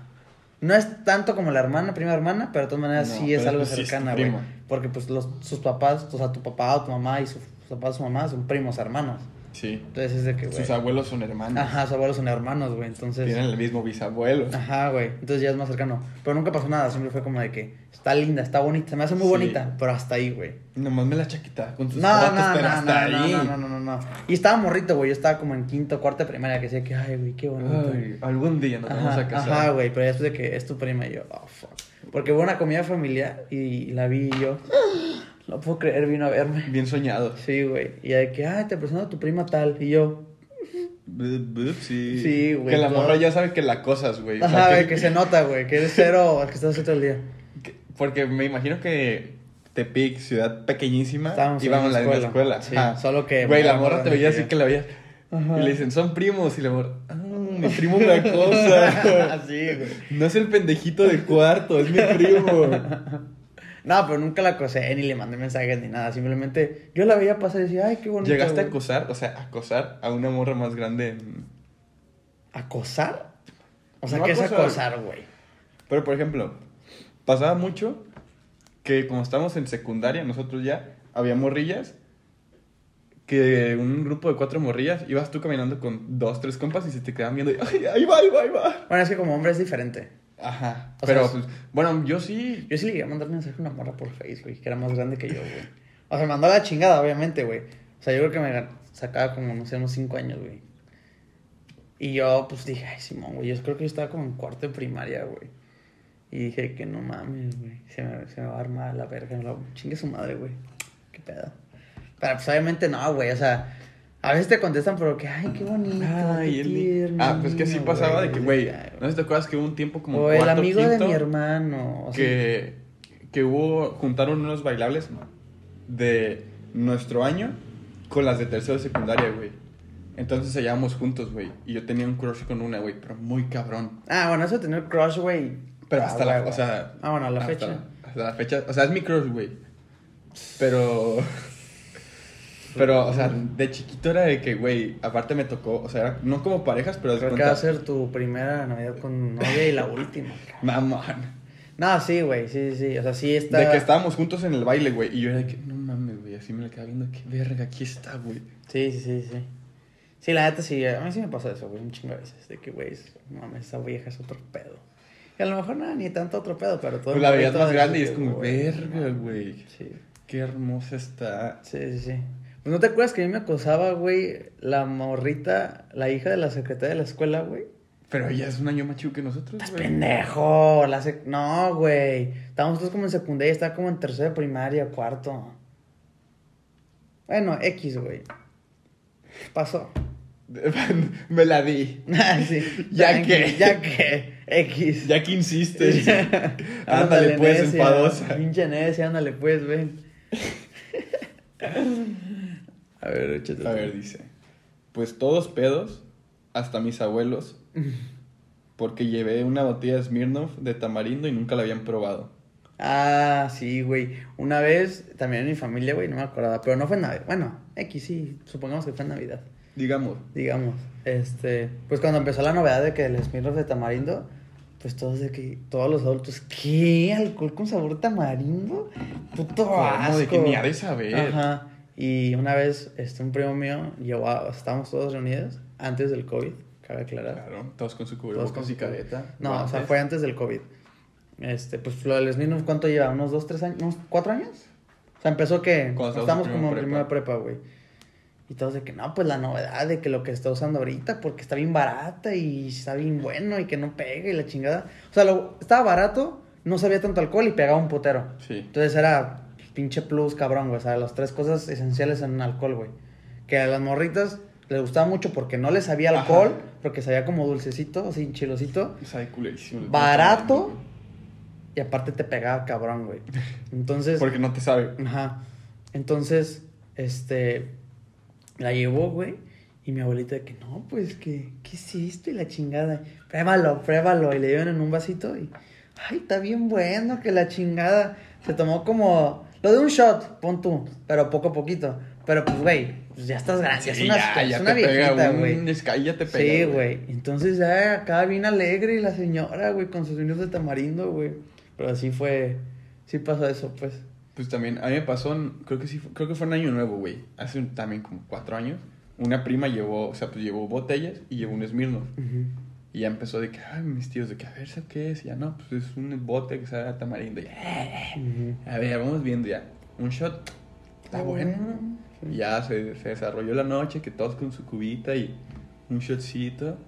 S2: No es tanto como la hermana, prima hermana, pero de todas maneras
S1: No,
S2: sí es
S1: pero
S2: algo
S1: pues sí es tu
S2: cercana, güey.
S1: prima.
S2: Porque pues los, sus papás, o sea, tu papá o tu mamá y su- sus papás su mamá son primos hermanos.
S1: Sí.
S2: Entonces es de que, güey.
S1: Sus abuelos son hermanos.
S2: Ajá, sus abuelos son hermanos, güey. Entonces.
S1: Tienen el mismo bisabuelo.
S2: Ajá, güey. Entonces ya es más cercano. Pero nunca pasó nada. Siempre fue como de que está linda, está bonita. Se me hace muy
S1: Sí.
S2: bonita, pero hasta ahí, güey.
S1: Nomás me la chaquita con sus
S2: No,
S1: fotos,
S2: no,
S1: pero
S2: no, no,
S1: hasta ahí.
S2: no, no, no, no, no. Y estaba morrito, güey. Yo estaba como en quinto, cuarta de primaria. Que decía que, ay, güey, qué bonito.
S1: Ay, algún día nos vamos
S2: Ajá,
S1: a casar.
S2: ajá, güey. Pero ya después de que es tu prima, y yo, oh, fuck. Porque hubo una comida familiar y la vi y yo, "Ah, no puedo creer, vino a verme.
S1: Bien soñado.
S2: Sí, güey. Y ya de que, ay, te presento a tu prima tal. Y yo,
S1: Bup, bup, Sí.
S2: Sí, güey,
S1: Que la
S2: todo.
S1: morra ya sabe que la cosas, güey. O sea,
S2: ajá, güey, que se nota, güey, que eres cero, que estás todo el día.
S1: que- Porque me imagino que Tepic, ciudad pequeñísima,
S2: Estábamos en
S1: íbamos
S2: una
S1: a la misma
S2: escuela.
S1: escuela.
S2: Sí,
S1: Ajá.
S2: solo que-
S1: Güey, la
S2: la
S1: morra
S2: morra
S1: te
S2: de
S1: veía
S2: que-
S1: así que la veías.
S2: Ajá.
S1: Y le dicen, son primos. Y la morra, ah, mi primo una [LAUGHS]
S2: [LAUGHS]
S1: cosa.
S2: Así, güey.
S1: No es el pendejito de cuarto, es mi primo.
S2: [LAUGHS] No, pero nunca la acosé, ni le mandé mensajes ni nada. Simplemente yo la veía pasar y decía, ay, qué bonito.
S1: ¿Llegaste a
S2: güey".
S1: acosar, o sea, a acosar a una morra más grande? en-
S2: ¿Acosar? O sea,
S1: No
S2: ¿qué es
S1: acosar.
S2: acosar, güey?
S1: Pero, por ejemplo, pasaba mucho que como estábamos en secundaria, nosotros ya, había morrillas, que un grupo de cuatro morrillas, ibas tú caminando con dos, tres compas y se te quedaban viendo, y, "Ay, ahí va, ahí va, ahí va.
S2: Bueno, es que como hombre es diferente.
S1: Ajá.
S2: O
S1: Pero,
S2: sea,
S1: pues, bueno, yo sí...
S2: Yo sí le llegué a mandar mensaje a una morra por Facebook, que era más grande que yo, güey. O sea, me mandó a la chingada, obviamente, güey. O sea, yo creo que me gan- sacaba como, no sé, unos 5 años, güey. Y yo, pues dije, ay, Simón, güey. Yo creo que yo estaba como en cuarto de primaria, güey. Y dije que no mames, güey. Se me, se me va a armar la verga. Me la chingue su madre, güey. Qué pedo. Pero pues obviamente no, güey. O sea, a veces te contestan, pero que, ay, qué bonito.
S1: Ay,
S2: qué
S1: el ni-
S2: tierno,
S1: Ah, pues que así
S2: niño,
S1: pasaba de que, güey,
S2: Ay,
S1: ¿no te acuerdas que hubo un tiempo como
S2: O el
S1: cuarto,
S2: amigo de
S1: quinto?
S2: mi hermano. O sea,
S1: que, que hubo, juntaron unos bailables de nuestro año con las de tercero de secundaria, güey. Entonces hallábamos juntos, güey. Y yo tenía un crush con una, güey, pero muy cabrón.
S2: Ah, bueno, eso de tener crush, güey.
S1: Pero
S2: Ah,
S1: hasta la,
S2: huevo.
S1: o sea...
S2: Ah, bueno, a la
S1: hasta-
S2: fecha.
S1: Hasta la fecha, o sea, es mi crush, güey.
S2: [LAUGHS]
S1: Pero... Pero, o sea, de chiquito era de que, güey, aparte me tocó, o sea, era, no como parejas, pero... haz de
S2: Creo que
S1: cuenta-
S2: va a ser tu primera Navidad con novia y la última. cabrón.
S1: Mamón.
S2: No, sí, güey, sí, sí. sí. O sea, sí está.
S1: De que estábamos juntos en el baile, güey. Y yo era de que, no mames, güey. Así me la quedaba viendo, qué verga, aquí está, güey.
S2: Sí, sí, sí, sí. Sí, la neta sí. A mí sí me pasó eso, güey, un chingo de veces. De que, güey, es- no mames, esa vieja es otro pedo. Y a lo mejor nada, ni tanto otro pedo, pero todo.
S1: Pues
S2: el
S1: la
S2: mundo
S1: veías
S2: estaba
S1: más
S2: de
S1: grande
S2: que,
S1: y es como,
S2: güey,
S1: verga,
S2: no,
S1: güey.
S2: Sí,
S1: Qué hermosa está.
S2: sí, sí. sí. Pues no te acuerdas que a mí me acosaba, güey, la morrita, la hija de la secretaria de la escuela, güey.
S1: Pero ella es un año más chico que nosotros,
S2: Estás
S1: güey.
S2: pendejo. La sec- No, güey. Estábamos todos como en secundaria, estaba como en tercero de primaria, cuarto. Bueno, X, güey. Pasó.
S1: [LAUGHS]
S2: [LAUGHS] Ah,
S1: me la di.
S2: Sí,
S1: Ya
S2: tranqui,
S1: que.
S2: Ya que. X.
S1: Ya que
S2: [LAUGHS]
S1: insistes. Ándale, pues,
S2: necia,
S1: enfadosa.
S2: Pinche necia, ándale, pues, ven. A ver, échate.
S1: A ver, dice. Pues todos pedos, hasta mis abuelos, porque llevé una botella de Smirnoff de tamarindo y nunca la habían probado.
S2: Ah, sí, güey. Una vez, también en mi familia, güey, no me acordaba, pero no fue en Navidad. Bueno, X sí, supongamos que fue en Navidad.
S1: Digamos.
S2: digamos. Este, pues cuando empezó la novedad de que el Smirnoff de tamarindo, pues todos de que todos los adultos, ¿qué? ¿Alcohol con sabor tamarindo? Puto
S1: ¿Cómo?
S2: asco.
S1: De que ni ha de saber.
S2: Ajá. Y una vez este un primo mío llevó, a- estábamos todos reunidos antes del COVID, cabe aclarar.
S1: Claro, todos con su
S2: Todos
S1: cubrebocas
S2: con
S1: y
S2: su cubrebocas.
S1: careta.
S2: No, o sea,
S1: guantes.
S2: fue antes del COVID. Este, pues lo del Smirnoff, ¿cuánto lleva? ¿Unos dos, tres años? ¿Unos cuatro años? O sea, empezó que
S1: Cuando estábamos
S2: estamos
S1: en
S2: como en
S1: primera
S2: primera prepa, güey. Y todos de que no, pues la novedad de que lo que está usando ahorita, porque está bien barata y está bien bueno y que no pega y la chingada. O sea, lo, estaba barato, no sabía tanto alcohol y pegaba un putero.
S1: Sí.
S2: Entonces era pinche plus, cabrón, güey. O sea, las tres cosas esenciales en un alcohol, güey. Que a las morritas les gustaba mucho porque no les sabía
S1: Ajá.
S2: alcohol, porque sabía como dulcecito, así chilosito.
S1: Sabe culerísimo.
S2: Barato.
S1: [LAUGHS]
S2: Y aparte te pegaba, cabrón, güey. Entonces.
S1: Porque no te sabe.
S2: Ajá. Entonces, este, la llevó, güey. Y mi abuelita de que, no, pues, que, ¿qué es esto? Y la chingada, pruébalo, pruébalo. Y le dieron en un vasito y, ay, está bien bueno, que la chingada. Se tomó como, lo de un shot, pon tú, pero poco a poquito. Pero, pues, güey, pues ya estás grande, es
S1: Sí,
S2: una,
S1: ya,
S2: es
S1: ya
S2: una
S1: te
S2: viejita,
S1: pega
S2: güey.
S1: un Sky, ya te pega.
S2: Sí, güey. Entonces ya eh, acá bien alegre y la señora, güey, con sus niños de tamarindo, güey. Pero así fue, sí pasó eso, pues.
S1: Pues también, a mí me pasó, en- creo que sí, fue- creo que fue un año nuevo, güey. Hace un- también como cuatro años. Una prima llevó, o sea, pues llevó botellas y llevó un Smirnoff. Y ya empezó de que, ay, mis tíos, de que, a ver, ¿sabes qué es? Y ya, no, pues es un bote que sabe a tamarindo. Y, "Eh,
S2: Ujú.
S1: a ver, vamos viendo ya. Un shot. Está bueno. Y ya se, se desarrolló la noche, que todos con su cubita y un shotcito.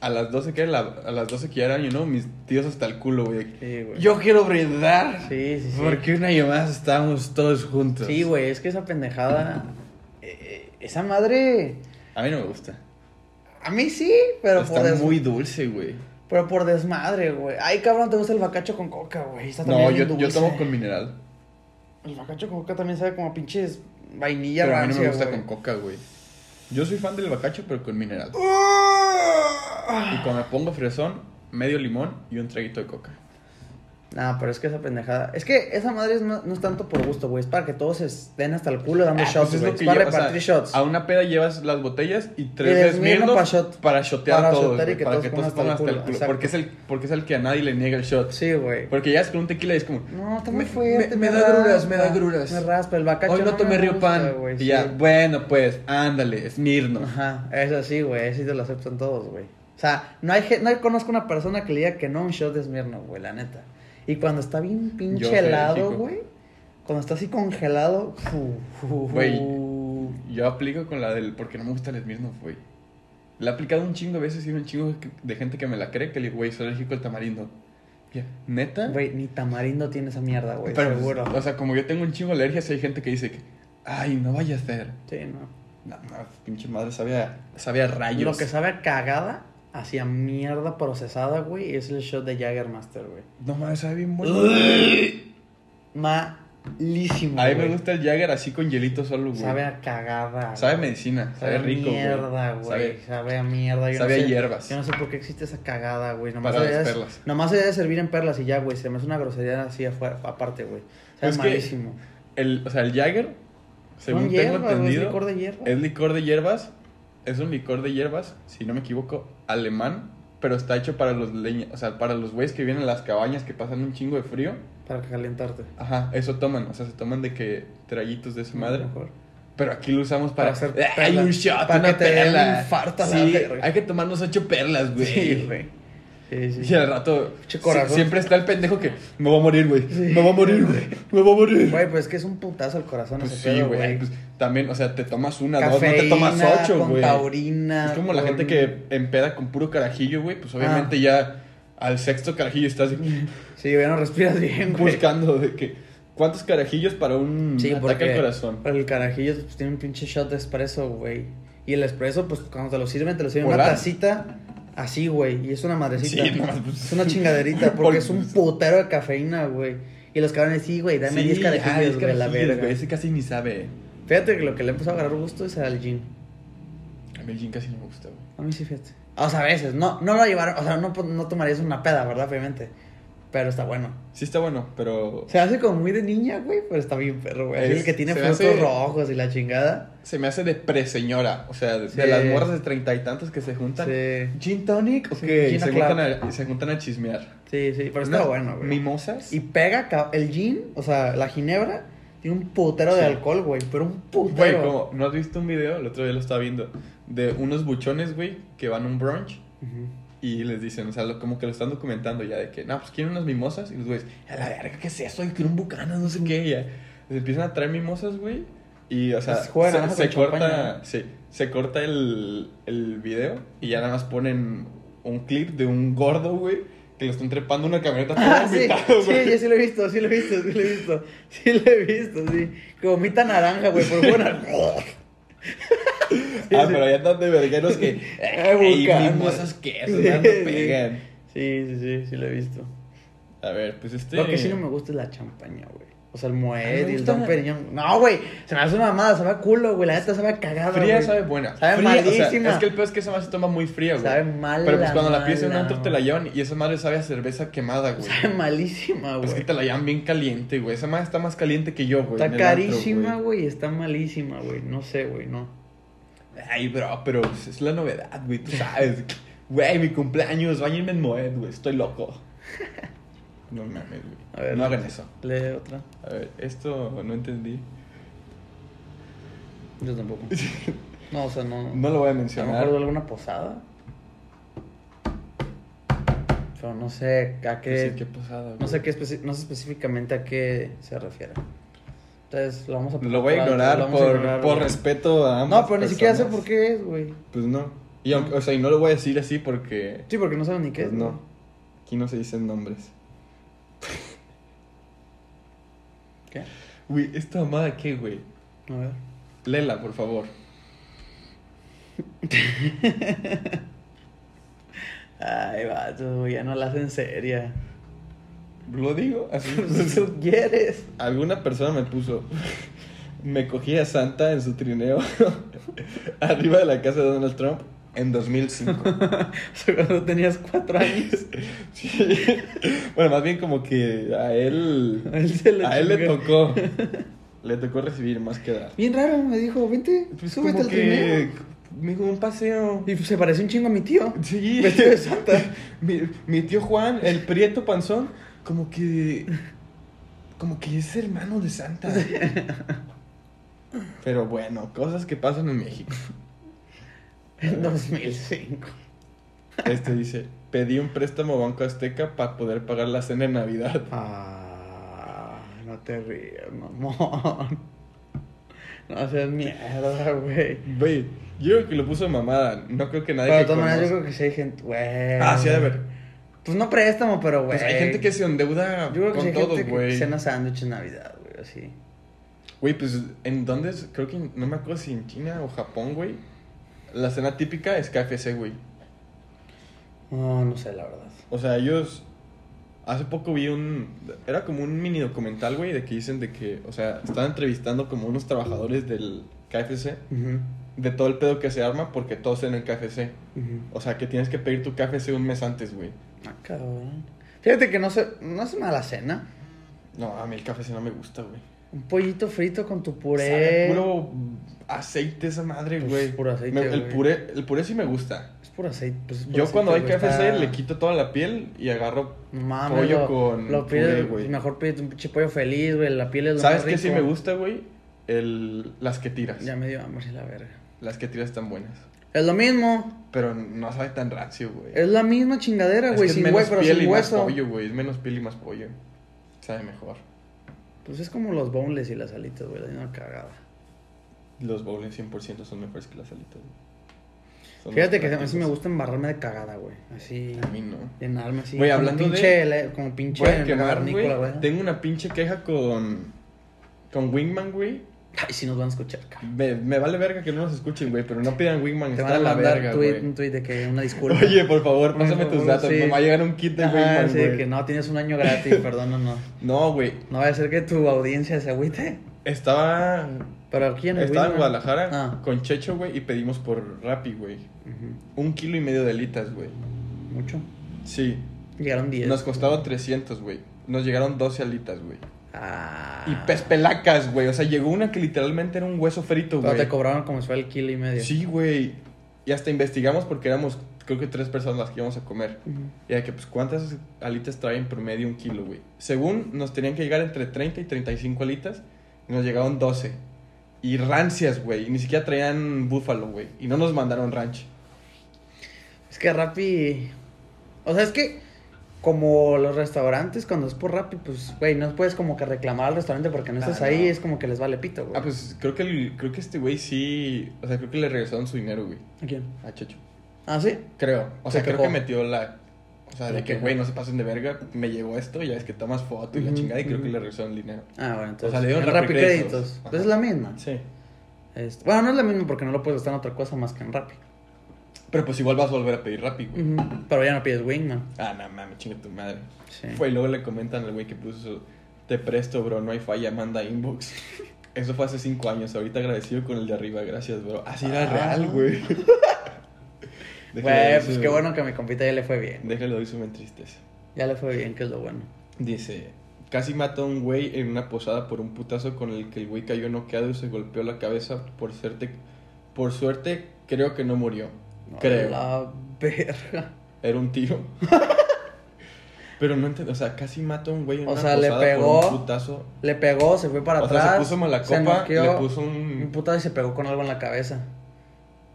S1: A las 12 que era, la- a las 12 que ya era, you know, mis tíos hasta el culo, güey.
S2: Sí, güey.
S1: Yo quiero brindar.
S2: Sí, sí, sí.
S1: Porque una llamada estábamos todos juntos.
S2: Sí, güey, es que esa pendejada. eh, eh, esa madre.
S1: A mí no me gusta.
S2: A mí sí, pero por,
S1: Está
S2: des-
S1: muy dulce, güey.
S2: pero por desmadre, güey. Ay, cabrón, te gusta el bacacho con coca, güey. Está
S1: No,
S2: también
S1: yo,
S2: bien
S1: yo
S2: dulce.
S1: tomo con mineral.
S2: El bacacho con coca también sabe como a pinches vainilla
S1: pero a mí no me
S2: rancia,
S1: gusta
S2: güey.
S1: con coca, güey. Yo soy fan del bacacho, pero con mineral.
S2: Ah.
S1: Y cuando me pongo fresón, medio limón y un traguito de coca.
S2: Nah, pero es que esa pendejada. Es que esa madre es no, no es tanto por gusto, güey. Es para que todos estén hasta el culo dando
S1: Ah,
S2: shots,
S1: pues es lo
S2: güey. Es,
S1: que
S2: para
S1: lleva, o sea,
S2: repartir shots.
S1: A una peda llevas las botellas y
S2: Y
S1: tres
S2: de
S1: de
S2: Smirnoff
S1: Smirnoff
S2: pa' shot.
S1: para shotear
S2: Para
S1: a todos,
S2: shotear y
S1: güey,
S2: que
S1: para
S2: todos
S1: que
S2: pongan
S1: todos pongan hasta el culo.
S2: exacto.
S1: Porque es el, porque es el que a nadie le niega el shot.
S2: Sí, güey.
S1: Porque ya es con un tequila y es como,
S2: No, está muy
S1: Me- me-
S2: fuerte.
S1: me da gruras, me da
S2: raspa,
S1: gruras.
S2: Me raspa el bacacho.
S1: hoy no,
S2: me
S1: tomé río
S2: gusta,
S1: pan.
S2: güey,
S1: y
S2: sí.
S1: ya, bueno, pues, ándale, Smirnoff.
S2: Ajá, eso sí, güey, eso sí te lo aceptan todos, güey. O sea, no hay, ge- no conozco una persona que le diga que no a un shot de Smirnoff, güey, la neta. Y cuando está bien
S1: Yo
S2: pinche
S1: soy
S2: helado,
S1: alérgico.
S2: güey, cuando está así congelado, fu- fu-
S1: Güey.
S2: fu-
S1: Yo aplico con la del, porque no me gusta el Smirnoff, güey. La he aplicado un chingo de veces y un chingo que- de gente que me la cree que le digo, güey, soy alérgico al tamarindo. Ya, ¿Neta?
S2: Güey, ni tamarindo tiene esa mierda, güey,
S1: Pero,
S2: seguro.
S1: o sea, como yo tengo un chingo de alergias, hay gente que dice que, ay, no vaya a ser.
S2: Sí, no.
S1: No, no, pinche madre, sabía, sabía rayos.
S2: Lo que sabe a cagada, hacia mierda procesada, güey, es el shot de Jaggermaster, güey.
S1: No mames, sabe bien bueno.
S2: Malísimo,
S1: A mí me
S2: güey.
S1: gusta el Jagger así con hielito solo, güey.
S2: Sabe
S1: Sabe,
S2: a cagada.
S1: a
S2: güey.
S1: medicina,
S2: Sabe
S1: sabe,
S2: a
S1: rico, güey.
S2: mierda, güey.
S1: Sabe-
S2: Sabe a mierda. Yo
S1: Sabe
S2: no
S1: a
S2: sé,
S1: hierbas.
S2: Yo no sé por qué existe esa cagada, güey. Nomás
S1: Para
S2: debería
S1: las
S2: de-
S1: perlas.
S2: Nomás debería de servir en perlas y ya, güey. Se me hace una grosería así afuera, aparte, güey. Sabe
S1: Es que,
S2: malísimo.
S1: El, o sea, el Jagger, según
S2: Son
S1: tengo
S2: hierbas, güey,
S1: entendido,
S2: Es licor de hierba.
S1: es licor de hierbas. Es un licor de hierbas, si no me equivoco, alemán, pero está hecho para los leña, o sea, para los güeyes que vienen a las cabañas que pasan un chingo de frío.
S2: Para calentarte.
S1: Ajá, eso toman, o sea, se toman de que traguitos de esa madre.
S2: Mejor.
S1: Pero aquí lo usamos para,
S2: Para
S1: [LAUGHS]
S2: hacer
S1: Eh, Hay
S2: perla.
S1: un shot,
S2: Para
S1: una
S2: que te dé un
S1: perla.
S2: infarto a la
S1: sí,
S2: verga.
S1: hay que tomarnos ocho perlas, güey.
S2: Sí, güey. Sí, sí.
S1: Y al rato
S2: Che corazón.
S1: si- siempre está el pendejo que me va a morir, güey.
S2: Sí.
S1: Me va a morir, güey. Me va a morir.
S2: Güey, pues es que es un putazo el corazón
S1: pues
S2: ese
S1: sí,
S2: pedo,
S1: güey.
S2: güey.
S1: Pues, también, o sea, te tomas una, dos, no te
S2: Cafeína,
S1: tomas ocho,
S2: con
S1: güey.
S2: taurina.
S1: Es como la
S2: con-
S1: gente que empeda con puro carajillo, güey. Pues obviamente
S2: Ah.
S1: ya al sexto carajillo estás
S2: [LAUGHS] Sí, güey, no respiras bien, güey.
S1: buscando de que cuántos carajillos para un
S2: Sí,
S1: ataque
S2: porque
S1: al corazón.
S2: el carajillo pues, tiene un pinche shot de espresso, güey. Y el espresso, pues cuando te lo sirven, te lo sirven en una
S1: Polar.
S2: tacita así, güey. Y es una madrecita.
S1: Sí, no, pues.
S2: es una chingaderita, porque
S1: Porque- [LAUGHS]
S2: es un putero de cafeína, güey. Y los cabrones, sí, güey, dame
S1: Sí,
S2: 10
S1: ah, diez
S2: carajillos, güey, la
S1: carajillos,
S2: verga.
S1: güey. Ese casi ni sabe.
S2: Fíjate que lo que le empezó a agarrar gusto es al gin.
S1: A mí el gin casi no me gusta, güey.
S2: A mí sí, fíjate. O sea, a veces, no, no lo llevaron, o sea, no, no tomarías una peda, ¿verdad? Obviamente. Pero está bueno.
S1: Sí está bueno, pero
S2: Se hace como muy de niña, güey, pero está bien perro, güey. Así
S1: Es-
S2: el que tiene
S1: se
S2: frutos
S1: hace-
S2: rojos y la chingada.
S1: se me hace de preseñora. O sea, de, de
S2: Sí.
S1: las morras de treinta y tantos que se juntan.
S2: Sí.
S1: ¿Gin tonic? Ok,
S2: Sí,
S1: y
S2: gin
S1: se,
S2: o'clock.
S1: juntan a, y se juntan a chismear.
S2: Sí, sí, pero está
S1: Unas
S2: bueno, güey.
S1: ¿Mimosas?
S2: Y pega ca- el gin, o sea, la ginebra, tiene un putero de
S1: Sí.
S2: alcohol, güey. Pero un
S1: Güey,
S2: putero.
S1: como, ¿no has visto un video? El otro día lo estaba viendo. De unos buchones, güey, que van a un brunch [LAUGHS]
S2: Ujú.
S1: y les dicen, o sea, lo- como que lo están documentando ya de que, no, pues quieren unas mimosas. Y los güeyes, a la verga, ¿qué es eso? Y quiero un bucana, no sé qué. Y ya. Les empiezan a traer mimosas, güey. Y, o sea,
S2: Pues juegan nada
S1: se,
S2: más
S1: se
S2: con champaña,
S1: corta,
S2: ¿no?
S1: sí, se corta el, el video y ya nada más ponen un clip de un gordo, güey, que lo están trepando una camioneta todo
S2: [LAUGHS] Ah, sí,
S1: vomitado,
S2: sí,
S1: güey.
S2: yo sí lo he visto, sí lo he visto, sí lo he visto. Sí lo he visto, sí. Que vomita naranja, güey, por buena.
S1: ah,
S2: sí.
S1: pero allá andan de vergueros
S2: [LAUGHS]
S1: que.
S2: Ay,
S1: [LAUGHS] ¡Ey,
S2: bucana.
S1: mimosas que eso!
S2: Sí,
S1: no
S2: sí.
S1: pegan!
S2: Sí, sí, sí, sí lo he visto.
S1: A ver, pues este.
S2: Lo que sí no me gusta es la champaña, güey. O sea, el Moet
S1: me
S2: y el
S1: gusta
S2: Don
S1: la-
S2: Periñón. No, güey. Se me hace una mamada. Sabe a culo, güey. La neta sabe a cagada,
S1: Fría
S2: güey.
S1: sabe buena.
S2: Sabe
S1: Fría, o sea,
S2: malísima.
S1: es que el peor es que esa madre se toma muy fría, güey.
S2: Sabe mala,
S1: Pero pues cuando la pides en un
S2: mala,
S1: antro te la llevan y esa madre sabe a cerveza quemada, güey.
S2: Sabe malísima, güey.
S1: Pues que te la llevan bien caliente, güey. Esa madre está más caliente que yo, güey. en
S2: está
S1: el antro,
S2: carísima, güey. Está malísima, güey. No sé, güey. No.
S1: Ay, bro, pero pues, es la novedad, güey. Tú sabes. Güey, mi cumpleaños. Váyanme en Moed, güey. Estoy loco. No mames, güey.
S2: A ver,
S1: no hagan
S2: lee.
S1: eso.
S2: Lee otra.
S1: A ver, esto no entendí. [LAUGHS]
S2: Yo tampoco. No, o sea, no.
S1: No lo voy a
S2: A lo
S1: mencionar.
S2: mejor de alguna posada. Pero no sé a
S1: Pues
S2: qué.
S1: sí, qué pasada, güey.
S2: no sé qué especi- no sé específicamente a qué se refiere. Entonces lo vamos a
S1: Lo voy a ignorar
S2: vamos a
S1: por,
S2: ignorar,
S1: por
S2: güey.
S1: respeto a ambas
S2: No, pero ni siquiera sé
S1: personas.
S2: por qué es, güey.
S1: Pues no. Y aunque- o sea, y no lo voy a decir así porque.
S2: Sí, porque no saben ni qué
S1: Pues
S2: es.
S1: no.
S2: güey.
S1: Aquí no se dicen nombres.
S2: ¿Qué?
S1: Güey, esta mamada qué, güey.
S2: A ver.
S1: Lela, por favor.
S2: Ay, vato, güey, ya no la hacen seria. [LAUGHS]
S1: Lo digo así.
S2: Pues, ¿Tú quieres?
S1: Alguna persona me puso. [LAUGHS] Me cogí a Santa en su trineo [LAUGHS] arriba de la casa de Donald Trump en
S2: [LAUGHS]
S1: 2005.
S2: O sea, cuando tenías cuatro
S1: [LAUGHS]
S2: años,
S1: Sí. Bueno, más bien como que a él.
S2: a él se le
S1: A él le
S2: chingó.
S1: tocó. Le tocó recibir más que dar.
S2: Bien raro, me dijo, vente,
S1: Pues
S2: súbete
S1: como
S2: al
S1: que
S2: trineo.
S1: me dijo un paseo.
S2: Y pues, se parece un chingo a mi tío. [LAUGHS]
S1: [LAUGHS] Sí.
S2: Vestido de santa.
S1: Mi, mi tío Juan, el prieto panzón, como que como que es hermano de Santa. Pero bueno, cosas que pasan en México.
S2: En 2005.
S1: Este dice, pedí un préstamo a Banco Azteca para poder pagar la cena en Navidad.
S2: Ah, no te rías, mamón. [LAUGHS] No seas mierda, güey.
S1: Güey, yo creo que lo puso de mamada. No creo que nadie
S2: Pero de
S1: que
S2: todas maneras, yo
S1: conozca-
S2: creo que sí hay gente, güey.
S1: Ah, sí, ha de haber.
S2: Pues no préstamo, pero, güey.
S1: Pues hay gente que se endeuda
S2: Yo creo que sí
S1: con
S2: hay
S1: todo,
S2: gente que
S1: güey.
S2: cena sándwich en Navidad, güey, así.
S1: Güey, pues en dónde es? creo que no me acuerdo si en China o Japón, güey. La cena típica es KFC, güey.
S2: No, no sé, la verdad.
S1: O sea, ellos. Hace poco vi un. Era como un mini documental, güey, de que dicen de que. O sea, estaban entrevistando como unos trabajadores del KFC.
S2: Ujú,
S1: De todo el pedo que se arma porque todos en el KFC.
S2: ujú.
S1: O sea, que tienes que pedir tu KFC un mes antes, güey.
S2: Ah, cabrón. Fíjate que no se, no es mala cena.
S1: No, a mí el KFC no me gusta, güey.
S2: Un pollito frito con tu
S1: Sabe
S2: puré.
S1: puro aceite esa madre,
S2: Pues,
S1: güey.
S2: puro aceite,
S1: Me- el,
S2: güey.
S1: puré, el puré sí me gusta.
S2: Es puro aceite. pues, es puro
S1: Yo
S2: aceite,
S1: cuando hay
S2: güey,
S1: KFC
S2: está-
S1: le quito toda la piel y agarro
S2: No Mames,
S1: pollo
S2: lo,
S1: con
S2: lo
S1: puré,
S2: pides-
S1: güey.
S2: Mejor pide un pinche pollo feliz, güey. La piel es lo
S1: ¿Sabes
S2: más
S1: qué sí
S2: rico.
S1: me gusta, güey? El, las que tiras.
S2: Ya me dio hambre la verga.
S1: Las que tiras están buenas.
S2: Es lo mismo.
S1: Pero no sabe tan rancio, güey.
S2: Es la misma chingadera,
S1: Es
S2: güey.
S1: que es
S2: sin
S1: menos
S2: hue- pero
S1: piel y
S2: sin hueso.
S1: más pollo, güey. Es menos piel y más pollo. Sabe mejor.
S2: Pues es como los boneless y las alitas, güey. La misma cagada.
S1: Los bowls 100% son mejores que las alitas, güey. Son
S2: Fíjate
S1: más
S2: que a mí sí me
S1: prácticos.
S2: gusta embarrarme de cagada, güey. Así.
S1: A mí no.
S2: Llenarme así.
S1: Güey,
S2: como
S1: hablando de-
S2: pinche, le- Como pinche.
S1: Voy a quemar, güey.
S2: cavernícola, güey.
S1: Tengo una pinche queja con... Con Wingman, güey.
S2: Ay, si nos van a escuchar, cabrón.
S1: Me, me vale verga que no nos escuchen, güey. Pero no pidan Wingman.
S2: Te
S1: Está
S2: van a
S1: a la
S2: mandar
S1: verga,
S2: tweet-
S1: güey.
S2: un tweet de que una disculpa.
S1: Oye, por favor,
S2: Por
S1: pásame tus
S2: favor,
S1: datos.
S2: sí.
S1: Me va a llegar un kit de
S2: Ajá,
S1: Wingman,
S2: sí,
S1: güey.
S2: que no, tienes un año gratis, [LAUGHS] perdón, no, no.
S1: No, güey.
S2: No va a ser que tu audiencia se agüite.
S1: Estaba.
S2: Pero aquí en el
S1: Estaba en
S2: Wingman-
S1: Guadalajara
S2: Ah.
S1: con Checho, güey, y pedimos por Rappi, güey.
S2: Ujú,
S1: Un kilo y medio de alitas, güey.
S2: Mucho.
S1: Sí.
S2: Llegaron 10.
S1: Nos costaba 300, güey. Nos llegaron 12 alitas, güey.
S2: Ah.
S1: Y pez pelacas, güey. O sea, llegó una que literalmente era un hueso frito,
S2: Pero
S1: güey.
S2: te cobraron como si fuera el kilo y medio.
S1: Sí, güey. Y hasta investigamos porque éramos, creo que tres personas las que íbamos a comer.
S2: Ujú.
S1: Y de que, pues, ¿cuántas alitas traen promedio un kilo, güey? Según nos tenían que llegar entre 30 y 35 alitas, y nos llegaron 12. Y rancias, güey. Y ni siquiera traían búfalo, güey. Y no nos mandaron ranch.
S2: Es que Rappi. O sea, es que como los restaurantes, cuando es por Rappi, pues, güey, no puedes como que reclamar al restaurante porque no
S1: Ah,
S2: estás
S1: no.
S2: ahí, es como que les vale pito, güey.
S1: Ah, pues creo que, el- creo que este güey sí. O sea, creo que le regresaron su dinero, güey.
S2: ¿A quién?
S1: A Checho.
S2: Ah, sí.
S1: Creo. O sea,
S2: Se
S1: creo
S2: quejó.
S1: que metió la. O sea, de
S2: La
S1: que,
S2: queja.
S1: güey, no se pasen de verga. Me llegó esto, ya es que tomas foto y la
S2: Ujú,
S1: chingada. Y creo
S2: ujú.
S1: que le regresaron el dinero.
S2: Ah, bueno, entonces.
S1: O sea, le dieron
S2: en
S1: Rappi
S2: Rappi
S1: créditos.
S2: créditos.
S1: Ajá.
S2: Entonces es la misma.
S1: Sí.
S2: Este, bueno, no es la misma porque no lo puedes gastar en otra cosa más que en Rappi.
S1: Pero pues igual vas a volver a pedir Rappi, güey.
S2: Ujú, Pero ya no pides Wingman.
S1: Ah, no mames, chinga tu madre.
S2: Sí.
S1: Fue y luego le comentan al güey que puso. Te presto, bro, no hay falla, manda inbox. [LAUGHS] Eso fue hace cinco años, ahorita agradecido con el de arriba, gracias, bro. Así era
S2: Ah.
S1: real,
S2: [LAUGHS]
S1: güey. Déjale
S2: Güey,
S1: decir,
S2: pues qué bueno que a mi compita ya le fue bien.
S1: Déjalo de me entristece.
S2: Ya le fue bien, que es lo bueno.
S1: Dice, casi mata a un güey en una posada por un putazo con el que el güey cayó noqueado y se golpeó la cabeza por suerte. Por suerte, creo que no murió. Creo.
S2: La verga.
S1: Era un
S2: [LAUGHS]
S1: tiro. Pero no entiendo, o sea, casi mata a un güey en
S2: O
S1: una
S2: sea, le
S1: posada
S2: pegó
S1: por un putazo.
S2: Le pegó, se fue para
S1: O
S2: atrás.
S1: sea, se puso mala copa,
S2: noqueó,
S1: le puso
S2: un
S1: un...
S2: putazo y se pegó con algo en la cabeza.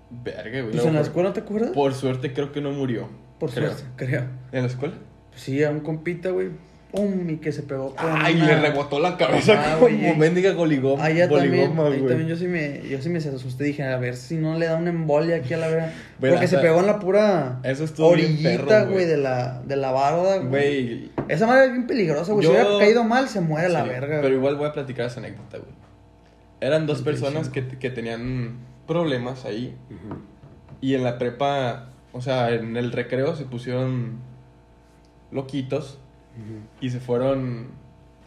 S1: Verga, güey.
S2: Pues
S1: Luego,
S2: en la
S1: por-
S2: escuela, ¿no te acuerdas?
S1: Por suerte creo que no murió.
S2: Por
S1: creo.
S2: suerte, creo.
S1: ¿En la escuela?
S2: Pues sí, a un compita, güey. Pum, y que se pegó con
S1: Ay,
S2: una-
S1: le rebotó la cabeza
S2: Ah,
S1: como
S2: güey.
S1: mendiga goligoma,
S2: Allá también,
S1: goligoma,
S2: ahí
S1: güey.
S2: también yo sí me, yo sí me asusté, dije, a ver si no le da una embolia aquí a
S1: [LAUGHS]
S2: la verga.
S1: Güey,
S2: Porque
S1: o
S2: se
S1: sea,
S2: pegó en la pura
S1: Eso estuvo bien
S2: orillita,
S1: perro,
S2: güey,
S1: güey.
S2: de la, de la barda, güey.
S1: Güey,
S2: Esa madre es bien peligrosa, güey. Si
S1: Yo-
S2: hubiera caído mal, se muere a la
S1: Sí,
S2: verga.
S1: Pero
S2: güey.
S1: igual voy a platicar esa anécdota, güey. Eran dos personas que, que tenían problemas ahí. Y en la prepa, o sea, en el recreo se pusieron loquitos y se fueron.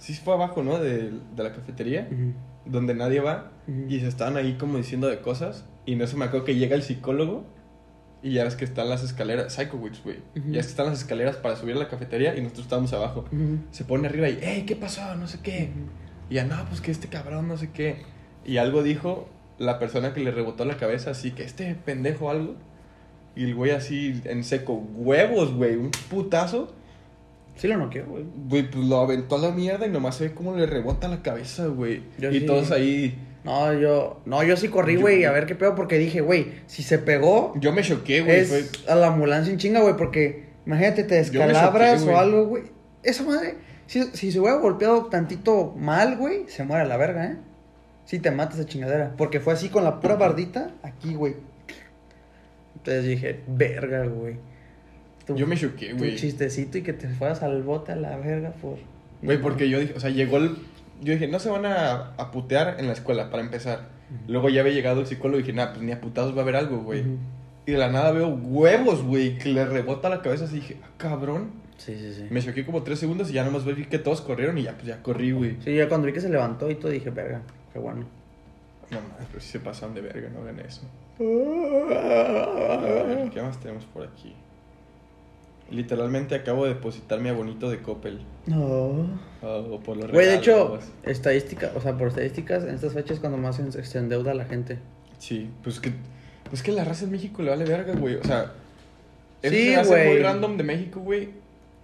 S1: Sí, se fue abajo, ¿no? De, de la cafetería,
S2: Ujú.
S1: donde nadie va.
S2: Ujú.
S1: Y se estaban ahí como diciendo de cosas. Y en eso me acuerdo que llega el psicólogo. Y ya ves que están las escaleras, Psycho Witch, güey.
S2: Ujú.
S1: Ya ves que están las escaleras para subir a la cafetería y nosotros estábamos abajo
S2: Ujú.
S1: se pone arriba y, hey, ¿qué pasó? No sé qué. Y ya, no, pues que este cabrón, no sé qué. Y algo dijo la persona que le rebotó la cabeza, así que este pendejo algo. Y el güey así en seco, huevos, güey, un putazo.
S2: Sí lo noqueó, güey.
S1: Güey, pues lo aventó a la mierda y nomás se ve cómo le rebota la cabeza, güey.
S2: Yo
S1: y
S2: sí.
S1: todos ahí.
S2: No, yo, no, yo sí corrí,
S1: Yo-
S2: güey, a ver qué pedo, porque dije, güey, si se pegó,
S1: Yo me choqué, güey. fue-
S2: es a la ambulancia en chinga, güey, porque imagínate, te
S1: Yo me
S2: descalabras
S1: choqué,
S2: o
S1: güey.
S2: algo, güey. Esa madre, si, si se hubiera golpeado tantito mal, güey, se muere a la verga, ¿eh? Si te mata esa chingadera. Porque fue así con la pura bardita, aquí, güey. Entonces dije, verga, güey. Tu-
S1: Yo me choqué,
S2: tu
S1: güey.
S2: chistecito y que te fueras al bote a la verga por.
S1: Güey, porque yo dije, o sea, llegó el. Yo dije, no se van a, a putear en la escuela, para empezar. Luego ya había llegado el psicólogo y dije, nah, pues ni a putados va a haber algo, güey.
S2: Ujú.
S1: Y de la nada veo huevos, güey, que le rebota la cabeza. Así dije, ah, cabrón.
S2: Sí, sí, sí.
S1: Me choqué como tres segundos y ya nomás vi que todos corrieron y ya, pues ya corrí, güey.
S2: Sí, ya cuando vi que se levantó y todo, dije, verga, qué bueno.
S1: No mames, pero si se pasan de verga, no hagan eso. A ver,
S2: ¿Qué
S1: ¿qué más tenemos por aquí? Literalmente acabo de depositar mi abonito de Coppel. Ah,
S2: No.
S1: O por los
S2: Güey, de
S1: regalos.
S2: hecho, estadística, o sea, por estadísticas, en estas fechas es cuando más se, se endeuda la gente.
S1: Sí, pues que, pues que la raza en México le vale verga, güey. O sea, eso
S2: Sí,
S1: se me hace muy
S2: güey.
S1: random de México, güey.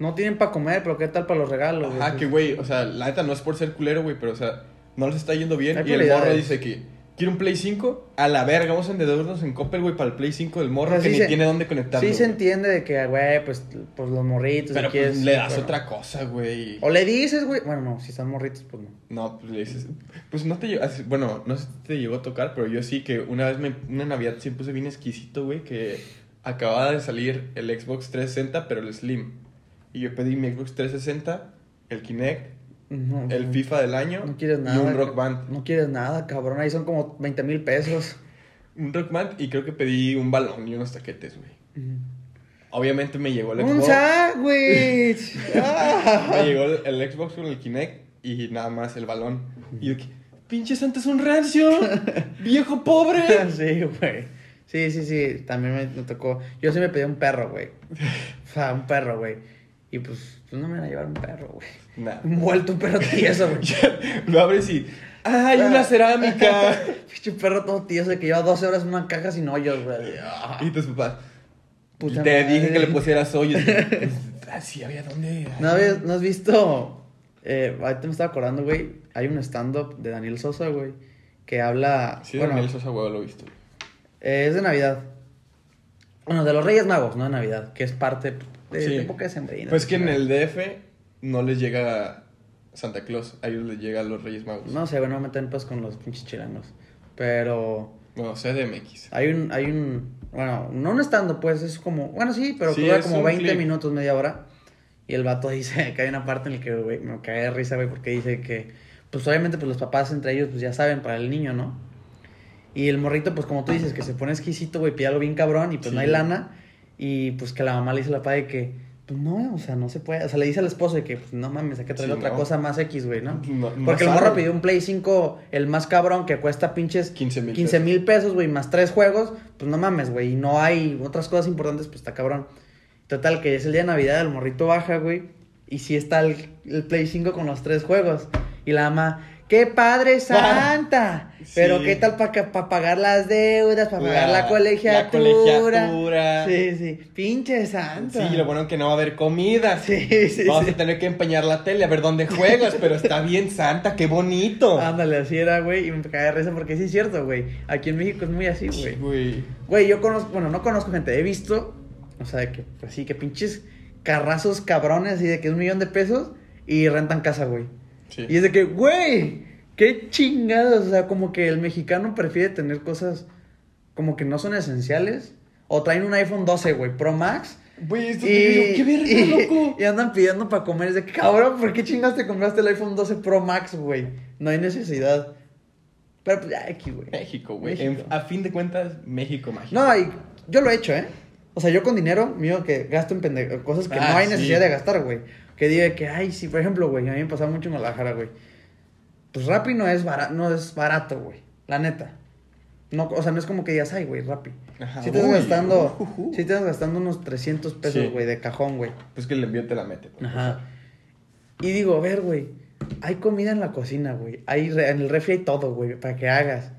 S2: No tienen para comer, pero ¿qué tal para los regalos? güey?
S1: Ajá, que güey, o sea, la neta no es por ser culero, güey, pero o sea, no les está yendo bien.
S2: Hay
S1: Y el morro
S2: prioridades.
S1: dice que quiere un Play 5, a la verga, vamos a endeudarnos en Coppel, güey, para el Play 5 del morro
S2: O sea,
S1: que
S2: sí
S1: ni
S2: se-
S1: tiene dónde conectarlo.
S2: Sí se
S1: güey.
S2: entiende de que, güey, pues, pues los morritos.
S1: Pero
S2: aquí
S1: pues,
S2: es-
S1: le das
S2: pero-
S1: otra cosa, güey.
S2: O le dices, güey. Bueno, no, si están morritos, pues no.
S1: No, pues le dices, pues no te llegó, así- bueno, no sé si te llegó a tocar, pero yo sí que una vez me, una Navidad sí puse bien exquisito, güey, que acababa de salir el Xbox 360, pero el Slim. Y yo pedí mi Xbox 360, el Kinect,
S2: No,
S1: el
S2: no.
S1: FIFA del año
S2: No quieres nada.
S1: y un Rock Band.
S2: No quieres nada, cabrón. Ahí son como 20 mil pesos.
S1: Un Rock Band y creo que pedí un balón y unos taquetes, güey.
S2: Un
S1: Obviamente me llegó el Xbox. [LAUGHS]
S2: sándwich. Ah.
S1: Me llegó el, el Xbox con el Kinect y nada más el balón. Y yo, que, pinche Santa es un
S2: [LAUGHS]
S1: rancio, viejo pobre.
S2: Sí, güey. Sí, sí, sí. También me, me tocó. Yo sí me pedí un perro, güey. O sea, un perro, güey. Y pues, pues no me van a llevar un perro, güey.
S1: Nah.
S2: Envuelto un perro tieso, güey.
S1: [LAUGHS] Lo abres y. ¡Ay, una cerámica!
S2: [LAUGHS] Pinche perro todo tieso que lleva 12 horas en una caja sin hoyos, güey.
S1: y tus papás.
S2: Puta
S1: te dije
S2: madre.
S1: que le pusieras
S2: [LAUGHS]
S1: hoyos. Pues, ah, sí, había dónde.
S2: ¿No, habías- no has visto? Eh, ahorita me estaba acordando, güey. Hay un stand-up de Daniel Sosa, güey. Que habla.
S1: Sí,
S2: bueno,
S1: Daniel Sosa, huevo, lo he visto.
S2: Eh, es de Navidad. Bueno, de los Reyes Magos, no de Navidad, que es parte de
S1: Sí.
S2: de época de sembrina.
S1: Pues que en el DF no les llega Santa Claus, a ellos les llega a los Reyes Magos. No,
S2: No sé, bueno, me meten pues con los pinches chilangos. Pero
S1: CDMX.
S2: hay un, hay un, bueno, no un estando, pues, es como, bueno, sí, pero
S1: Sí,
S2: dura
S1: es
S2: como
S1: un
S2: 20
S1: clip.
S2: minutos, media hora. Y el vato dice [LAUGHS] que hay una parte en la que, güey, me cae de risa, güey, porque dice que, pues, obviamente, pues, los papás entre ellos, pues, ya saben para el niño, ¿no? Y el morrito, pues, como tú dices, que se pone exquisito, güey, pide algo bien cabrón y, pues,
S1: Sí.
S2: no hay lana. Y, pues, que la mamá le dice a la papá de que, Pues no, o sea, no se puede. O sea, le dice al esposo de que, pues no mames, hay que traer
S1: Sí,
S2: otra
S1: no.
S2: cosa más X, güey, ¿no?
S1: No, no
S2: Porque el
S1: sabe.
S2: morro pidió un Play 5, el más cabrón, que cuesta pinches
S1: 15 mil
S2: 15 mil pesos, güey, más tres juegos, pues no mames, güey, y no hay otras cosas importantes, pues está cabrón. Total, que es el día de Navidad, el morrito baja, güey, y sí está el, el Play 5 con los tres juegos. Y la ama,
S1: [LAUGHS]
S2: ¡qué padre santa! Pero
S1: Sí.
S2: ¿qué tal para pagar las deudas, para pagar la, colegiatura?
S1: La colegiatura. Sí.
S2: Sí, sí, pinche santa.
S1: lo bueno que no va a haber comida.
S2: [LAUGHS] Sí, sí,
S1: Vamos
S2: sí.
S1: a tener que empeñar la tele a ver dónde juegas, pero está bien santa, qué bonito.
S2: Ándale, así era, güey, y me cagué de risa porque sí es cierto, güey. Aquí en México es muy así,
S1: Sí,
S2: güey.
S1: güey.
S2: Güey, yo conozco, bueno, no conozco gente, he visto, o sea, de que, pues sí, que pinches carrazos cabrones y de que es un millón de pesos y rentan casa, güey.
S1: Sí.
S2: Y es de que, güey, qué chingados, o sea, como que el mexicano prefiere tener cosas como que no son esenciales. O traen un iPhone 12, güey, Pro Max.
S1: Güey,
S2: Y,
S1: esto te digo, qué verga,
S2: y-
S1: loco.
S2: [LAUGHS] y andan pidiendo para comer. Es de que, cabrón, ¿por qué chingas te compraste el iPhone 12 Pro Max, güey? No hay necesidad. Pero pues, ya, aquí, güey.
S1: México, güey.
S2: México.
S1: En- A fin de cuentas, México mágico.
S2: No, y yo lo he hecho, ¿eh? O sea, yo con dinero mío que gasto en pende- cosas que
S1: Ah,
S2: no hay
S1: sí.
S2: necesidad de gastar, güey. Que diga que, ay, sí, por ejemplo, güey, a mí me pasaba mucho en Guadalajara, güey. Pues Rappi no es, bara- no es barato, güey. La neta. No, o sea, no es como que digas, ay, güey, Rappi.
S1: Ajá,
S2: si te estás
S1: uy,
S2: gastando,
S1: ujujú.
S2: sí te estás gastando unos 300 pesos,
S1: Sí.
S2: güey, de cajón, güey.
S1: Pues que el envío te la mete. pues.
S2: Ajá. Y digo, a ver, güey, hay comida en la cocina, güey. Hay re- en el refri hay todo, güey, para que hagas.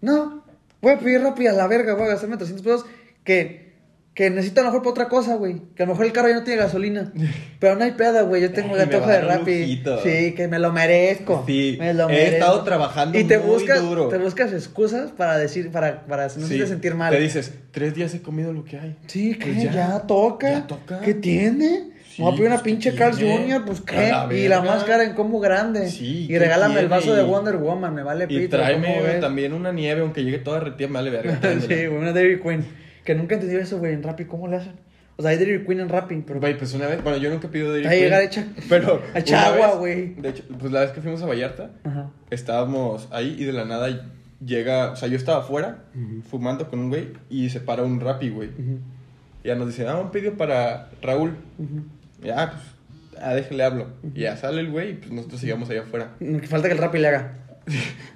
S2: No, voy a pedir rápido a la verga, voy a gastarme 300 pesos que, que necesito a lo mejor para otra cosa, güey. Que a lo mejor el carro ya no tiene
S1: [LAUGHS]
S2: gasolina. Pero no hay peda, güey. Yo tengo
S1: Ay,
S2: la
S1: me va
S2: antoja
S1: a dar
S2: de
S1: un
S2: Rappi.
S1: lujito.
S2: Sí, que me lo merezco.
S1: Sí,
S2: me lo
S1: he
S2: merezco.
S1: estado trabajando
S2: y te
S1: muy
S2: buscas,
S1: duro.
S2: te buscas excusas para decir, para, para no
S1: Sí.
S2: hacerte sentir mal.
S1: Te dices, tres días he comido lo que hay.
S2: Sí, que
S1: Pues
S2: ya,
S1: ya.
S2: toca.
S1: Ya toca.
S2: ¿Qué tiene?
S1: Sí,
S2: Me voy a pedir una
S1: pues, ¿qué
S2: pinche Carl
S1: tiene?
S2: Jr., pues
S1: A
S2: qué.
S1: la
S2: y la
S1: verga.
S2: máscara en combo grande.
S1: Sí,
S2: y
S1: ¿qué
S2: regálame el
S1: tiene?
S2: vaso de
S1: Y-
S2: Wonder Woman, me vale
S1: Y
S2: pito. ¿cómo
S1: tráeme
S2: ves? [LAUGHS]
S1: también una nieve, aunque llegue toda retía, me vale verga.
S2: sí,
S1: tráemela.
S2: güey, una Dairy Queen. Que nunca he entendido eso, güey, en Rappi. ¿Cómo le hacen? O sea, hay Dairy Queen en Rappi, pero.
S1: Güey, pues una vez, bueno, yo nunca he pedido de
S2: Te va a llegar hecha-
S1: Pero.
S2: [LAUGHS] hecha
S1: una
S2: agua,
S1: vez-
S2: güey.
S1: De hecho, pues la vez que fuimos a Vallarta,
S2: Ajá.
S1: estábamos ahí y de la nada llega. O sea, yo estaba afuera, fumando con un güey, y se para un rapi, güey.
S2: Ujú,
S1: Y ya nos dicen, ah, un pedido para Raúl.
S2: ujú.
S1: Ya, pues, ah, déjale hablo. Y ya sale el güey y pues nosotros sigamos allá afuera.
S2: No, que Falta que el Rappi le haga.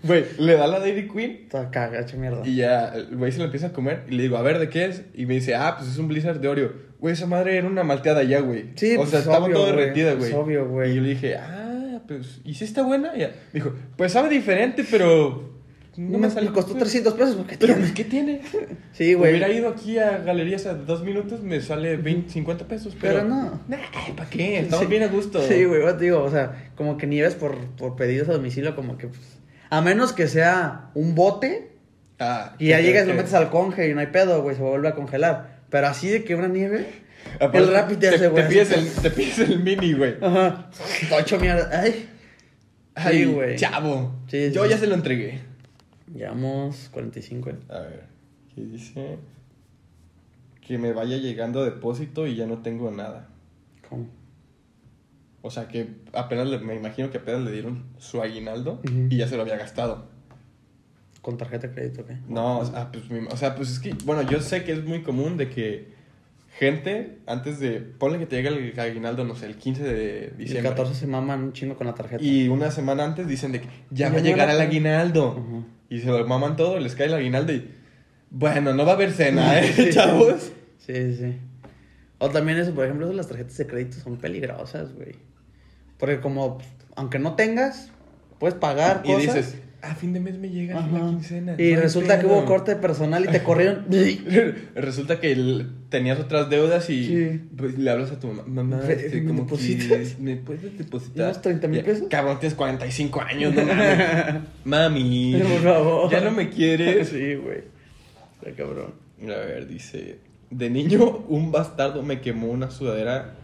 S1: Güey, le da la Dairy Queen
S2: Toda caga, hecha mierda.
S1: y ya el güey se la empieza a comer. Y le digo, a ver, ¿de qué es? Y me dice, ah, pues es un Blizzard de Oreo. Güey, esa madre era una malteada ya, güey.
S2: Sí,
S1: O
S2: pues,
S1: sea, estaba
S2: obvio,
S1: todo
S2: güey,
S1: derretida,
S2: pues,
S1: güey.
S2: obvio, güey.
S1: Y yo le dije, ah, pues, ¿y si está buena? Y ya. Dijo, pues sabe diferente, pero.
S2: no me salió. Costó 300 pesos, porque
S1: Pero, pues, ¿qué tiene?
S2: [LAUGHS] Sí, güey.
S1: Hubiera ido aquí a galerías a dos minutos, me sale 20, 50 pesos. Pero,
S2: Pero no.
S1: ¿Para qué? Estamos
S2: Sí.
S1: bien a gusto.
S2: Sí, güey, bueno, te digo, o sea, como que nieves por, por pedidos a domicilio, como que, pues, a menos que sea un bote
S1: Ah,
S2: y ya
S1: que-
S2: llegas, lo
S1: que-
S2: metes al conge y no hay pedo, güey, se vuelve a congelar. Pero así de que una nieve,
S1: Aparte,
S2: el Rappi te hace, güey.
S1: Te, pides el- te pides el mini, güey.
S2: Ajá, Está hecho mierda, ay.
S1: Ay,
S2: güey.
S1: Chavo.
S2: Sí, sí,
S1: Yo
S2: sí.
S1: ya se lo entregué.
S2: Llevamos 45, eh.
S1: A ver, ¿qué dice? Que me vaya llegando depósito y ya no tengo nada.
S2: ¿Cómo?
S1: O sea que apenas le- me imagino que apenas le dieron su aguinaldo
S2: Ujú.
S1: y ya se lo había gastado.
S2: ¿Con tarjeta de crédito o qué?
S1: No, o sea, pues, mi- o sea, pues es que, bueno, yo sé que es muy común de que gente, antes de, ponle que te llega el aguinaldo, no sé, el 15 de
S2: Y el
S1: diciembre.
S2: 14 se maman un chingo con la tarjeta.
S1: Y una semana antes dicen de que ya
S2: Ya
S1: va a
S2: no
S1: llegar
S2: la
S1: el
S2: pagan.
S1: aguinaldo.
S2: Ujú.
S1: Y se lo maman todo, les cae el aguinaldo y. Bueno, no va a haber
S2: [LAUGHS]
S1: cena, ¿eh, chavos?
S2: Sí, sí, sí. O también eso, por ejemplo, eso, las tarjetas de crédito son peligrosas, güey. Porque como, aunque no tengas, puedes pagar
S1: Y
S2: cosas.
S1: dices, a fin de mes me llega
S2: Ajá.
S1: la quincena.
S2: Y
S1: no hay
S2: resulta que
S1: pedo".
S2: hubo corte de personal y
S1: [LAUGHS]
S2: te corrieron.
S1: Resulta que el- tenías otras deudas y
S2: Sí.
S1: pues, le hablas a tu mamá. Mamá,
S2: Fe-
S1: este,
S2: ¿me
S1: como
S2: depositas?
S1: que, [LAUGHS] ¿Me puedes depositar?
S2: ¿Unos 30 mil
S1: Ya,
S2: pesos?
S1: Cabrón, tienes 45 años, no
S2: [LAUGHS]
S1: mames. Mami.
S2: Por favor.
S1: Ya no me quieres.
S2: sí, güey. Está cabrón.
S1: A ver, dice. De niño, un bastardo me quemó una sudadera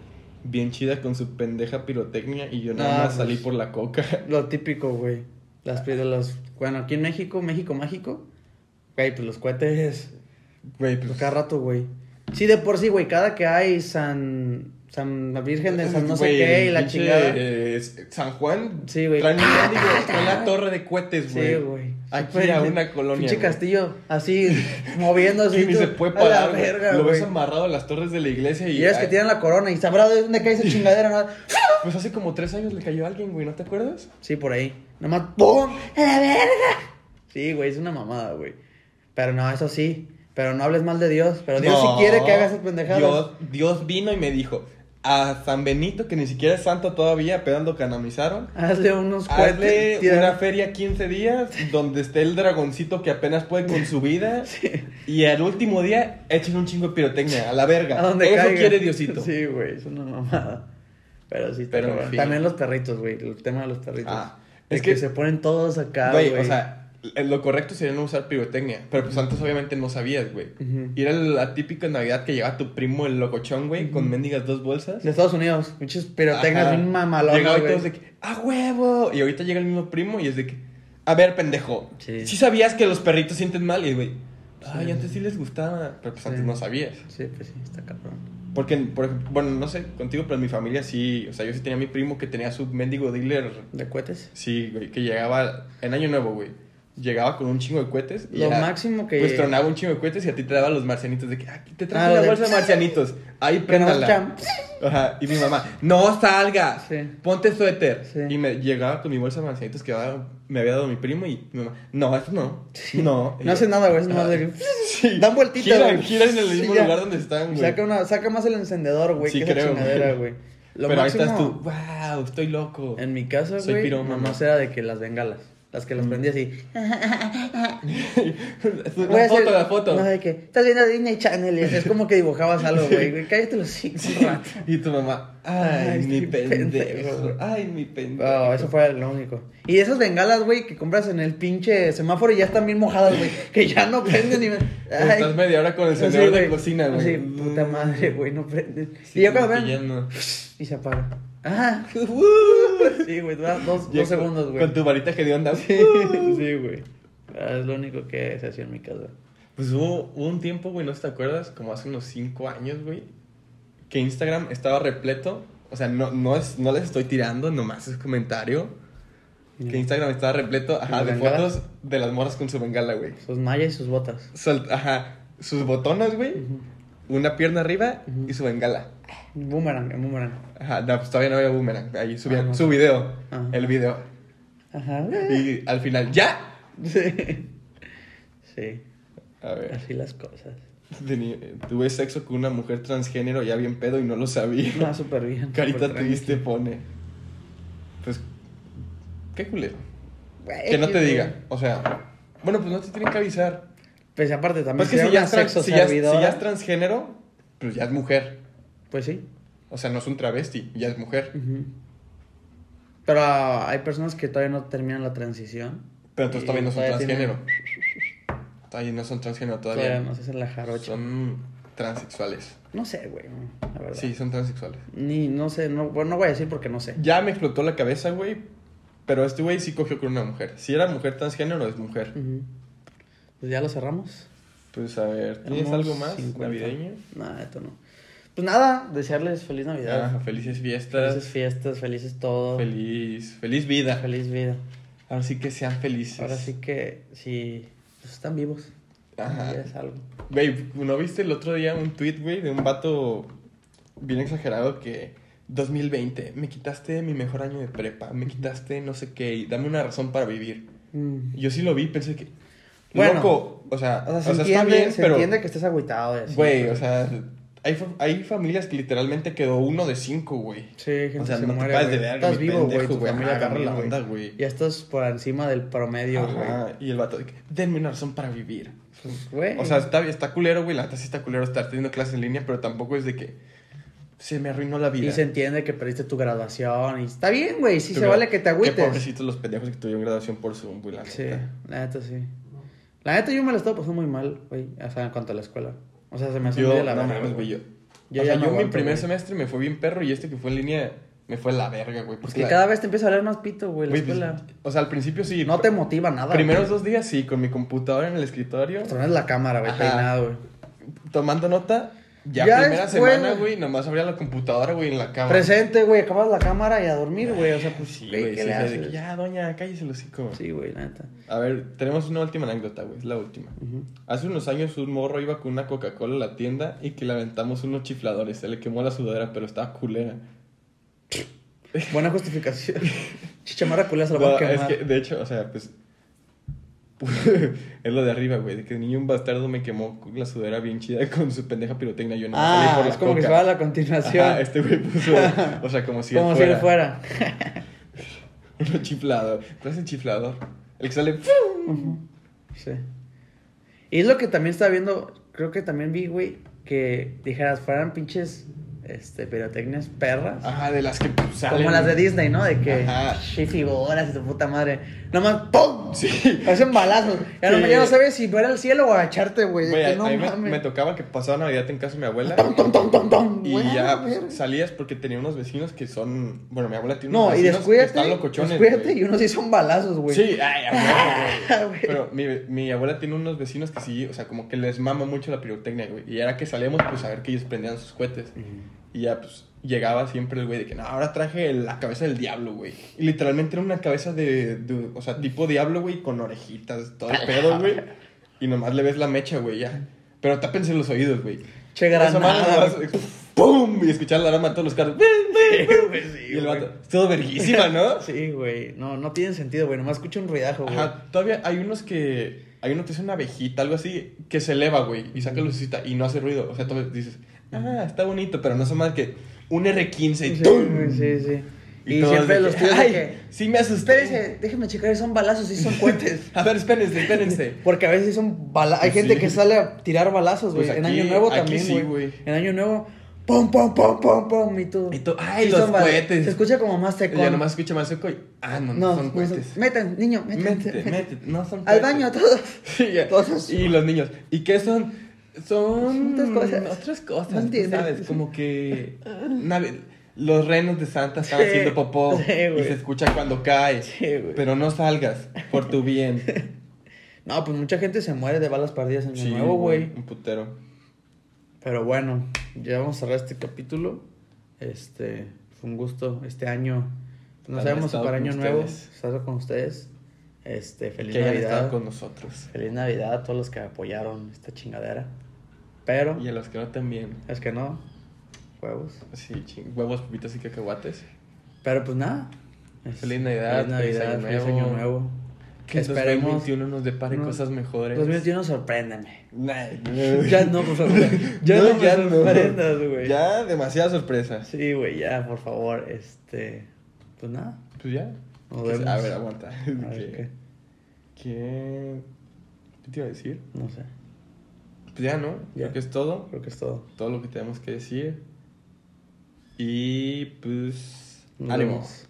S1: bien chida con su pendeja pirotecnia y yo nada
S2: Ah,
S1: más
S2: pues.
S1: salí por la coca. [LAUGHS]
S2: Lo típico, güey. Las piedras, las... Bueno, aquí en México, México mágico. Güey, pues los cohetes.
S1: Güey,
S2: Pues
S1: pues.
S2: cada rato, güey. Sí, de por sí, güey. Cada que hay San... San la Virgen de San no sé
S1: Güey,
S2: qué y
S1: el
S2: la
S1: pinche,
S2: chingada.
S1: eh, San Juan.
S2: Sí, güey. [LAUGHS]
S1: Traen un mendigo- traen la torre de cohetes,
S2: Sí,
S1: güey.
S2: güey.
S1: Aquí
S2: Súper
S1: era
S2: de-
S1: una colonia.
S2: Pinche
S1: güey.
S2: castillo, así,
S1: [LAUGHS]
S2: moviéndose.
S1: Y ni
S2: tú,
S1: se puede
S2: a
S1: parar.
S2: la
S1: güey.
S2: verga,
S1: Lo ves
S2: güey.
S1: amarrado a las torres de la iglesia y.
S2: Y es que
S1: ay,
S2: tienen la corona y sabrá de dónde cae esa chingadera, ¿no?
S1: Pues hace como tres años le cayó a alguien, güey, ¿no te acuerdas?
S2: Sí, por ahí. Nomás ¡pum! ¡A la verga! Sí, güey, es una mamada, güey. Pero no, eso sí. Pero no hables mal de Dios. Pero Dios
S1: No,
S2: sí quiere que hagas esas pendejadas.
S1: Dios, Dios vino y me dijo: A San Benito, que ni siquiera es santo todavía, pedando canonizaron.
S2: Hazle unos
S1: Hazle
S2: cohetes. tira-
S1: una feria 15 días donde esté el dragoncito que apenas puede con su
S2: [LAUGHS]
S1: vida. Y al último día échale un chingo de pirotecnia, a la verga.
S2: A donde
S1: Eso
S2: caiga.
S1: quiere Diosito.
S2: [LAUGHS] Sí, güey, es una mamada. Pero sí, está
S1: Pero, en
S2: cabrón.
S1: fin.
S2: También los perritos, güey. El tema de los perritos.
S1: Ah,
S2: es
S1: es
S2: que,
S1: que-
S2: se ponen todos acá, güey.
S1: Güey, o sea, lo correcto sería no usar pirotecnia. Pero pues antes obviamente no sabías, güey.
S2: Ujú.
S1: Y era la típica Navidad que llegaba tu primo el locochón, güey,
S2: Ujú.
S1: con mendigas dos bolsas.
S2: De Estados Unidos, muchos pirotecnas
S1: Ajá.
S2: bien mamalonas,
S1: Llegaba y
S2: güey.
S1: todos de que, ¡ah, huevo! Y ahorita llega el mismo primo y es de que, a ver, pendejo.
S2: Sí.
S1: Sí. sabías que los perritos sienten mal y, güey, ay,
S2: Sí.
S1: antes sí les gustaba. Pero pues
S2: Sí.
S1: antes no sabías.
S2: Sí, pues sí, está cabrón.
S1: Porque, por ejemplo, bueno, no sé, contigo, pero en mi familia sí. O sea, yo sí tenía a mi primo que tenía su mendigo dealer.
S2: ¿De cohetes?
S1: Sí, güey, que llegaba en Año Nuevo, güey. Llegaba con un chingo de cohetes. y
S2: Lo
S1: era-
S2: máximo que...
S1: Pues tronaba un chingo de cohetes y a ti te daban los marcianitos. De que aquí te
S2: Ah,
S1: trajo
S2: lo
S1: la
S2: de-
S1: bolsa de marcianitos. Ahí
S2: Que no
S1: préndala. Ajá, y mi mamá, no salgas,
S2: Sí.
S1: ponte suéter.
S2: Sí.
S1: Y me llegaba con mi bolsa de manzanitos que había- me había dado mi primo y mi mamá, no, eso no, no. Y
S2: [LAUGHS] No hace
S1: yo,
S2: nada, güey. Es nomás
S1: "Ah".
S2: de que-
S1: [LAUGHS] Sí.
S2: Dan vueltitas,
S1: Giran,
S2: güey.
S1: giran en el
S2: Sí,
S1: mismo
S2: ya.
S1: lugar donde están, güey.
S2: Saca, una, saca más el encendedor, güey,
S1: Sí,
S2: que esa
S1: creo,
S2: chingadera, güey. Lo
S1: Pero
S2: máximo,
S1: ahí estás tú, wow, estoy loco. [LAUGHS]
S2: en mi casa,
S1: Soy
S2: güey,
S1: pirómano.
S2: nomás era de que las bengalas. Las que las
S1: Mm.
S2: prendía así.
S1: la
S2: Voy a
S1: foto,
S2: hacer-
S1: la foto.
S2: No, de que estás viendo Disney Channel y es como que
S1: [LAUGHS]
S2: dibujabas algo, güey. güey, Cállate los cinco.
S1: Y tu mamá, ay,
S2: Ay,
S1: mi
S2: estoy pendejo,
S1: pendejo,
S2: güey.
S1: ay, mi pendejo.
S2: No, Oh, eso fue lo único. Y esas bengalas, güey, que compras en el pinche semáforo y ya están bien mojadas, güey. Que ya no prenden ni...
S1: Estás media hora con el encendedor
S2: Así,
S1: de
S2: güey.
S1: cocina, güey. Mm.
S2: Así, puta madre, güey, no prenden.
S1: Sí,
S2: y yo cuando
S1: como que ya
S2: ven... [LAUGHS]
S1: no.
S2: Y se apaga. Ajá. Sí, güey, dura dos,
S1: Ya
S2: dos segundos,
S1: con-
S2: güey.
S1: Con tu varita que dio onda.
S2: [LAUGHS]
S1: [LAUGHS]
S2: sí, güey. Ah, Es lo único que se hacía en mi casa.
S1: Pues hubo, hubo un tiempo, güey, no sé si te acuerdas, como hace unos 5 años, güey, que Instagram estaba repleto. O sea, no, no, es, no les estoy tirando, nomás es comentario. Que Instagram estaba repleto, ajá,
S2: ¿Con
S1: de
S2: bengala?
S1: fotos de las morras con su bengala, güey.
S2: Sus mallas y sus botas.
S1: Sol- ajá, sus botonas, güey, una pierna arriba
S2: Ujú.
S1: y su bengala.
S2: Boomerang, en boomerang.
S1: Ajá, no, pues todavía no había boomerang. Ahí subían
S2: Ajá.
S1: su video,
S2: Ajá.
S1: el video.
S2: Ajá.
S1: Y al final, ¡ya!
S2: Sí. Sí,
S1: A ver.
S2: así las cosas.
S1: Tenía- tuve sexo con una mujer transgénero ya bien pedo y no lo sabía.
S2: No, [LAUGHS] súper bien.
S1: Carita
S2: súper
S1: triste
S2: tranqui.
S1: pone. Pues, qué culero.
S2: Güey,
S1: Que no te
S2: güey.
S1: diga. O sea, bueno, pues no te tienen que avisar.
S2: Pues aparte también.
S1: Pues que
S2: era
S1: si ya,
S2: una
S1: es tran- si, ya, si
S2: sexoservidora,
S1: ya es transgénero, pues ya es mujer.
S2: Pues sí.
S1: O sea, no es un travesti, ya es mujer.
S2: Ujú. Pero ah, hay personas que todavía no terminan la transición.
S1: Pero entonces
S2: Y
S1: todavía no son
S2: todavía tienen-
S1: transgénero. Todavía no son transgénero
S2: Todavía
S1: todavía.
S2: no se hacen la jarocha.
S1: Son transexuales.
S2: No sé, güey, la verdad.
S1: Sí, son transexuales.
S2: Ni, no sé, no, bueno, no voy a decir porque no sé.
S1: Ya me explotó la cabeza, güey. Pero este güey sí cogió con una mujer. Si era mujer transgénero, es mujer.
S2: Ujú. Pues ya lo cerramos.
S1: Pues a ver, ¿tienes
S2: Tenemos
S1: algo más
S2: 50.
S1: navideño?
S2: Nada, esto no. Pues nada, desearles feliz Navidad.
S1: Ah, felices fiestas.
S2: felices fiestas, felices todo.
S1: Feliz, feliz vida.
S2: Feliz vida.
S1: Ahora sí que sean felices.
S2: Ahora sí que si pues, están vivos,
S1: Ajá.
S2: ya es algo.
S1: Güey, ¿no viste el otro día un tweet, güey, de un vato bien exagerado que 2020, me quitaste mi mejor año de prepa, me quitaste no sé qué, y dame una razón para vivir.
S2: Mm.
S1: Yo sí lo vi, pensé que.
S2: Bueno.
S1: loco, o sea,
S2: O sea, se,
S1: o sea,
S2: entiende,
S1: está bien,
S2: se
S1: pero.
S2: entiende que estés agüitado. y así,
S1: Güey,
S2: pero-
S1: o sea, hay, fa- hay familias que literalmente quedó uno de cinco, güey.
S2: Sí, gente
S1: O sea,
S2: se
S1: no
S2: muere,
S1: te pases de
S2: güey.
S1: verga,
S2: Estás
S1: mi
S2: vivo, güey.
S1: pendejo,
S2: Tu
S1: güey.
S2: familia
S1: Agarra
S2: agarra
S1: la onda,
S2: la
S1: güey.
S2: Ya estás por encima del promedio,
S1: Ajá,
S2: güey.
S1: Y el vato, de que, denme una razón para vivir.
S2: Pues, güey.
S1: O sea, está, está culero, güey. La neta sí está culero estar teniendo clases en línea, pero tampoco es de que se me arruinó la vida.
S2: Y se entiende que perdiste tu graduación. Y está bien, güey. Sí,
S1: Tú,
S2: se
S1: güey,
S2: vale que te
S1: Qué
S2: agüites.
S1: pobrecitos los pendejos que tuvieron graduación por Zoom, güey, la
S2: Sí,
S1: neta.
S2: la neta sí. La neta yo me la estaba pasando muy mal, güey. O sea, en cuanto a la escuela. O sea, se me hace muy
S1: Yo,
S2: de la
S1: no
S2: verga,
S1: mames, güey. Yo,
S2: Yo
S1: o sea,
S2: ya no
S1: yo mi
S2: aguanto,
S1: primer
S2: güey.
S1: semestre me fue bien perro y este que fue en línea me fue la verga, güey. porque
S2: Pues que
S1: la-
S2: cada vez te empieza a hablar más pito, güey, la
S1: güey, pues,
S2: escuela.
S1: o sea, al principio sí.
S2: No te motiva nada.
S1: Primeros
S2: güey.
S1: dos días sí, con mi computadora en el escritorio,
S2: Pues, Tronas la cámara, güey,
S1: Ajá.
S2: peinado, güey.
S1: tomando nota Ya,
S2: Ya
S1: primera
S2: después,
S1: semana,
S2: güey.
S1: güey, nomás abría la computadora, güey, en la cama.
S2: Presente, güey, acabas la cámara y a dormir, güey. O sea, pues
S1: Sí,
S2: güey,
S1: güey,
S2: ¿qué
S1: sí,
S2: le
S1: sí, de que
S2: haces?
S1: ya, doña, cállese el hocico. güey.
S2: Sí, güey, la neta.
S1: A ver, tenemos una última anécdota, güey, es la última.
S2: Ujú.
S1: Hace unos años un morro iba con una Coca-Cola a la tienda y que le aventamos unos chifladores. Se le quemó la sudadera, pero estaba culera.
S2: Buena justificación.
S1: [LAUGHS]
S2: Chichamarra culera se la
S1: No,
S2: va a
S1: es
S2: quemar.
S1: que, de hecho, o sea, pues... [LAUGHS] es lo de arriba, güey, de que el niño un bastardo me quemó la sudadera bien chida con su pendeja pirotecnia. Yo no
S2: Ah, es como que se va a la continuación.
S1: Ajá, este güey
S2: [LAUGHS]
S1: puso, o sea, como si
S2: como
S1: él
S2: si
S1: fuera.
S2: él fuera.
S1: Uno chiflador. ¿Cuál es el chiflador? El que sale.
S2: Sí. Y es lo que también estaba viendo, creo que también vi, güey, que dijeras, fueran pinches este, pirotecnias perras.
S1: Ajá, de las que pues, salen.
S2: como las de Disney, ¿no? De que
S1: Ajá.
S2: sí, figuras y tu puta madre. Nomás ¡pum!
S1: Sí.
S2: Hacen balazos. Ya, no,
S1: Sí.
S2: ya no sabes si ver al cielo o agacharte, güey. de
S1: Güey,
S2: que
S1: a-
S2: no
S1: a mí me,
S2: mames.
S1: me tocaba que pasaba Navidad en casa de mi abuela.
S2: Tom, tom, tom, tom.
S1: Y
S2: Güey, a
S1: ya
S2: la
S1: pues,
S2: verga.
S1: salías porque tenía unos vecinos que son. Bueno, mi abuela tiene unos
S2: No, y
S1: vecinos que
S2: descuídate.
S1: están locochones.
S2: descuídate
S1: güey.
S2: y uno sí son balazos, güey.
S1: Sí, ay, a huevo, güey.
S2: Ah, [LAUGHS] güey.
S1: Pero mi, mi abuela tiene unos vecinos que sí, o sea, como que les mama mucho la pirotecnia, güey. Y era que salíamos, pues, a ver que ellos prendían sus cohetes. Y ya, pues, llegaba siempre el güey de que, no, ahora traje la cabeza del diablo, güey. Y literalmente era una cabeza de, de- o sea, tipo diablo, güey, con orejitas, todo el pedo, güey. Y nomás le ves la mecha, güey, ya. Pero tápense los oídos, güey.
S2: Che,
S1: Esa madre
S2: granada.
S1: nomás, ¡Pum! Y escuchar la rama de todos los carros.
S2: güey, [LAUGHS] sí,
S1: Y el
S2: güey.
S1: vato, todo verguísima, ¿no?
S2: Sí, güey. No, no tiene sentido, güey. Nomás escucha un ruidajo, güey.
S1: Ajá, todavía hay unos que. Hay uno que es una abejita, algo así, que se eleva, güey, y saca lucecita y no hace ruido. O sea, tú dices, ah, está bonito, pero no es más que un R15 y
S2: Sí,
S1: ¡tum!
S2: güey, sí, sí. Y,
S1: todos
S2: siempre
S1: de
S2: los
S1: que,
S2: tíos de
S1: ¡Ay!
S2: que...
S1: Sí, me asusté.
S2: Espérense, déjenme checar, son balazos, sí son
S1: [LAUGHS]
S2: cohetes.
S1: A ver, espérense, espérense.
S2: Porque a veces son balazos. Hay gente
S1: Pues Sí.
S2: que sale a tirar balazos, güey.
S1: Pues
S2: en
S1: aquí-
S2: Año Nuevo
S1: aquí
S2: también,
S1: sí,
S2: güey.
S1: güey.
S2: en Año Nuevo, pum, pum, pum, pum, pum, y tú.
S1: Y tú, ¡ay,
S2: Sí
S1: los
S2: son bala-
S1: cohetes!
S2: Se escucha como más
S1: Y
S2: seco.
S1: ya nomás escucha más seco y, ah, no, no,
S2: No,
S1: son
S2: no
S1: cohetes.
S2: Metan, niño, metan.
S1: Métete,
S2: metan.
S1: métete, no son
S2: Al
S1: cohetes.
S2: baño, todos.
S1: [LAUGHS] Sí, ya.
S2: Todos.
S1: Y los niños, ¿y qué son? Son
S2: Otras cosas.
S1: otras cosas,
S2: No
S1: tú
S2: entiendo. Ah.
S1: ¿sabes? Como que nave- los renos de Santa están
S2: Sí,
S1: haciendo popó
S2: sí,
S1: y
S2: güey.
S1: se escucha cuando cae.
S2: Sí, güey.
S1: pero no salgas por tu
S2: [LAUGHS]
S1: bien.
S2: No, pues mucha gente se muere de balas perdidas en Año Nuevo, güey.
S1: Un putero.
S2: Pero bueno, ya vamos a cerrar este capítulo. Este, fue un gusto este año. No
S1: Haber
S2: sabemos si
S1: estado
S2: para
S1: con
S2: año nuevo
S1: ustedes.
S2: estar con ustedes. Este, feliz
S1: Que hayan estado
S2: Navidad.
S1: con nosotros.
S2: Feliz Navidad a todos los que apoyaron esta chingadera. Pero
S1: Y a los que no también.
S2: es que no huevos.
S1: Sí, ching- huevos, papitas y cacahuates.
S2: Pero pues nada. Es-
S1: Feliz Navidad,
S2: Feliz Navidad,
S1: feliz Año
S2: feliz
S1: Nuevo.
S2: año nuevo.
S1: Que
S2: Esperemos-
S1: Esperemos 2021 nos depare
S2: no-
S1: cosas mejores.
S2: 2021 sorpréndeme.
S1: Nah.
S2: Ya no,
S1: [LAUGHS]
S2: por favor. Ya no, me sorprendas, güey.
S1: Ya demasiadas sorpresas.
S2: Sí, güey, ya, por favor, este, pues nada.
S1: Pues ya.
S2: Nos
S1: Que-
S2: vemos.
S1: A ver, aguanta. [LAUGHS]
S2: A ver
S1: ¿Qué,
S2: qué,
S1: qué- qué te iba a decir?
S2: no sé.
S1: Pues ya, ¿no?
S2: Ya.
S1: Creo que es todo.
S2: Creo que es todo.
S1: Todo lo que tenemos que decir. Y pues.
S2: Nos
S1: ánimo.
S2: vemos.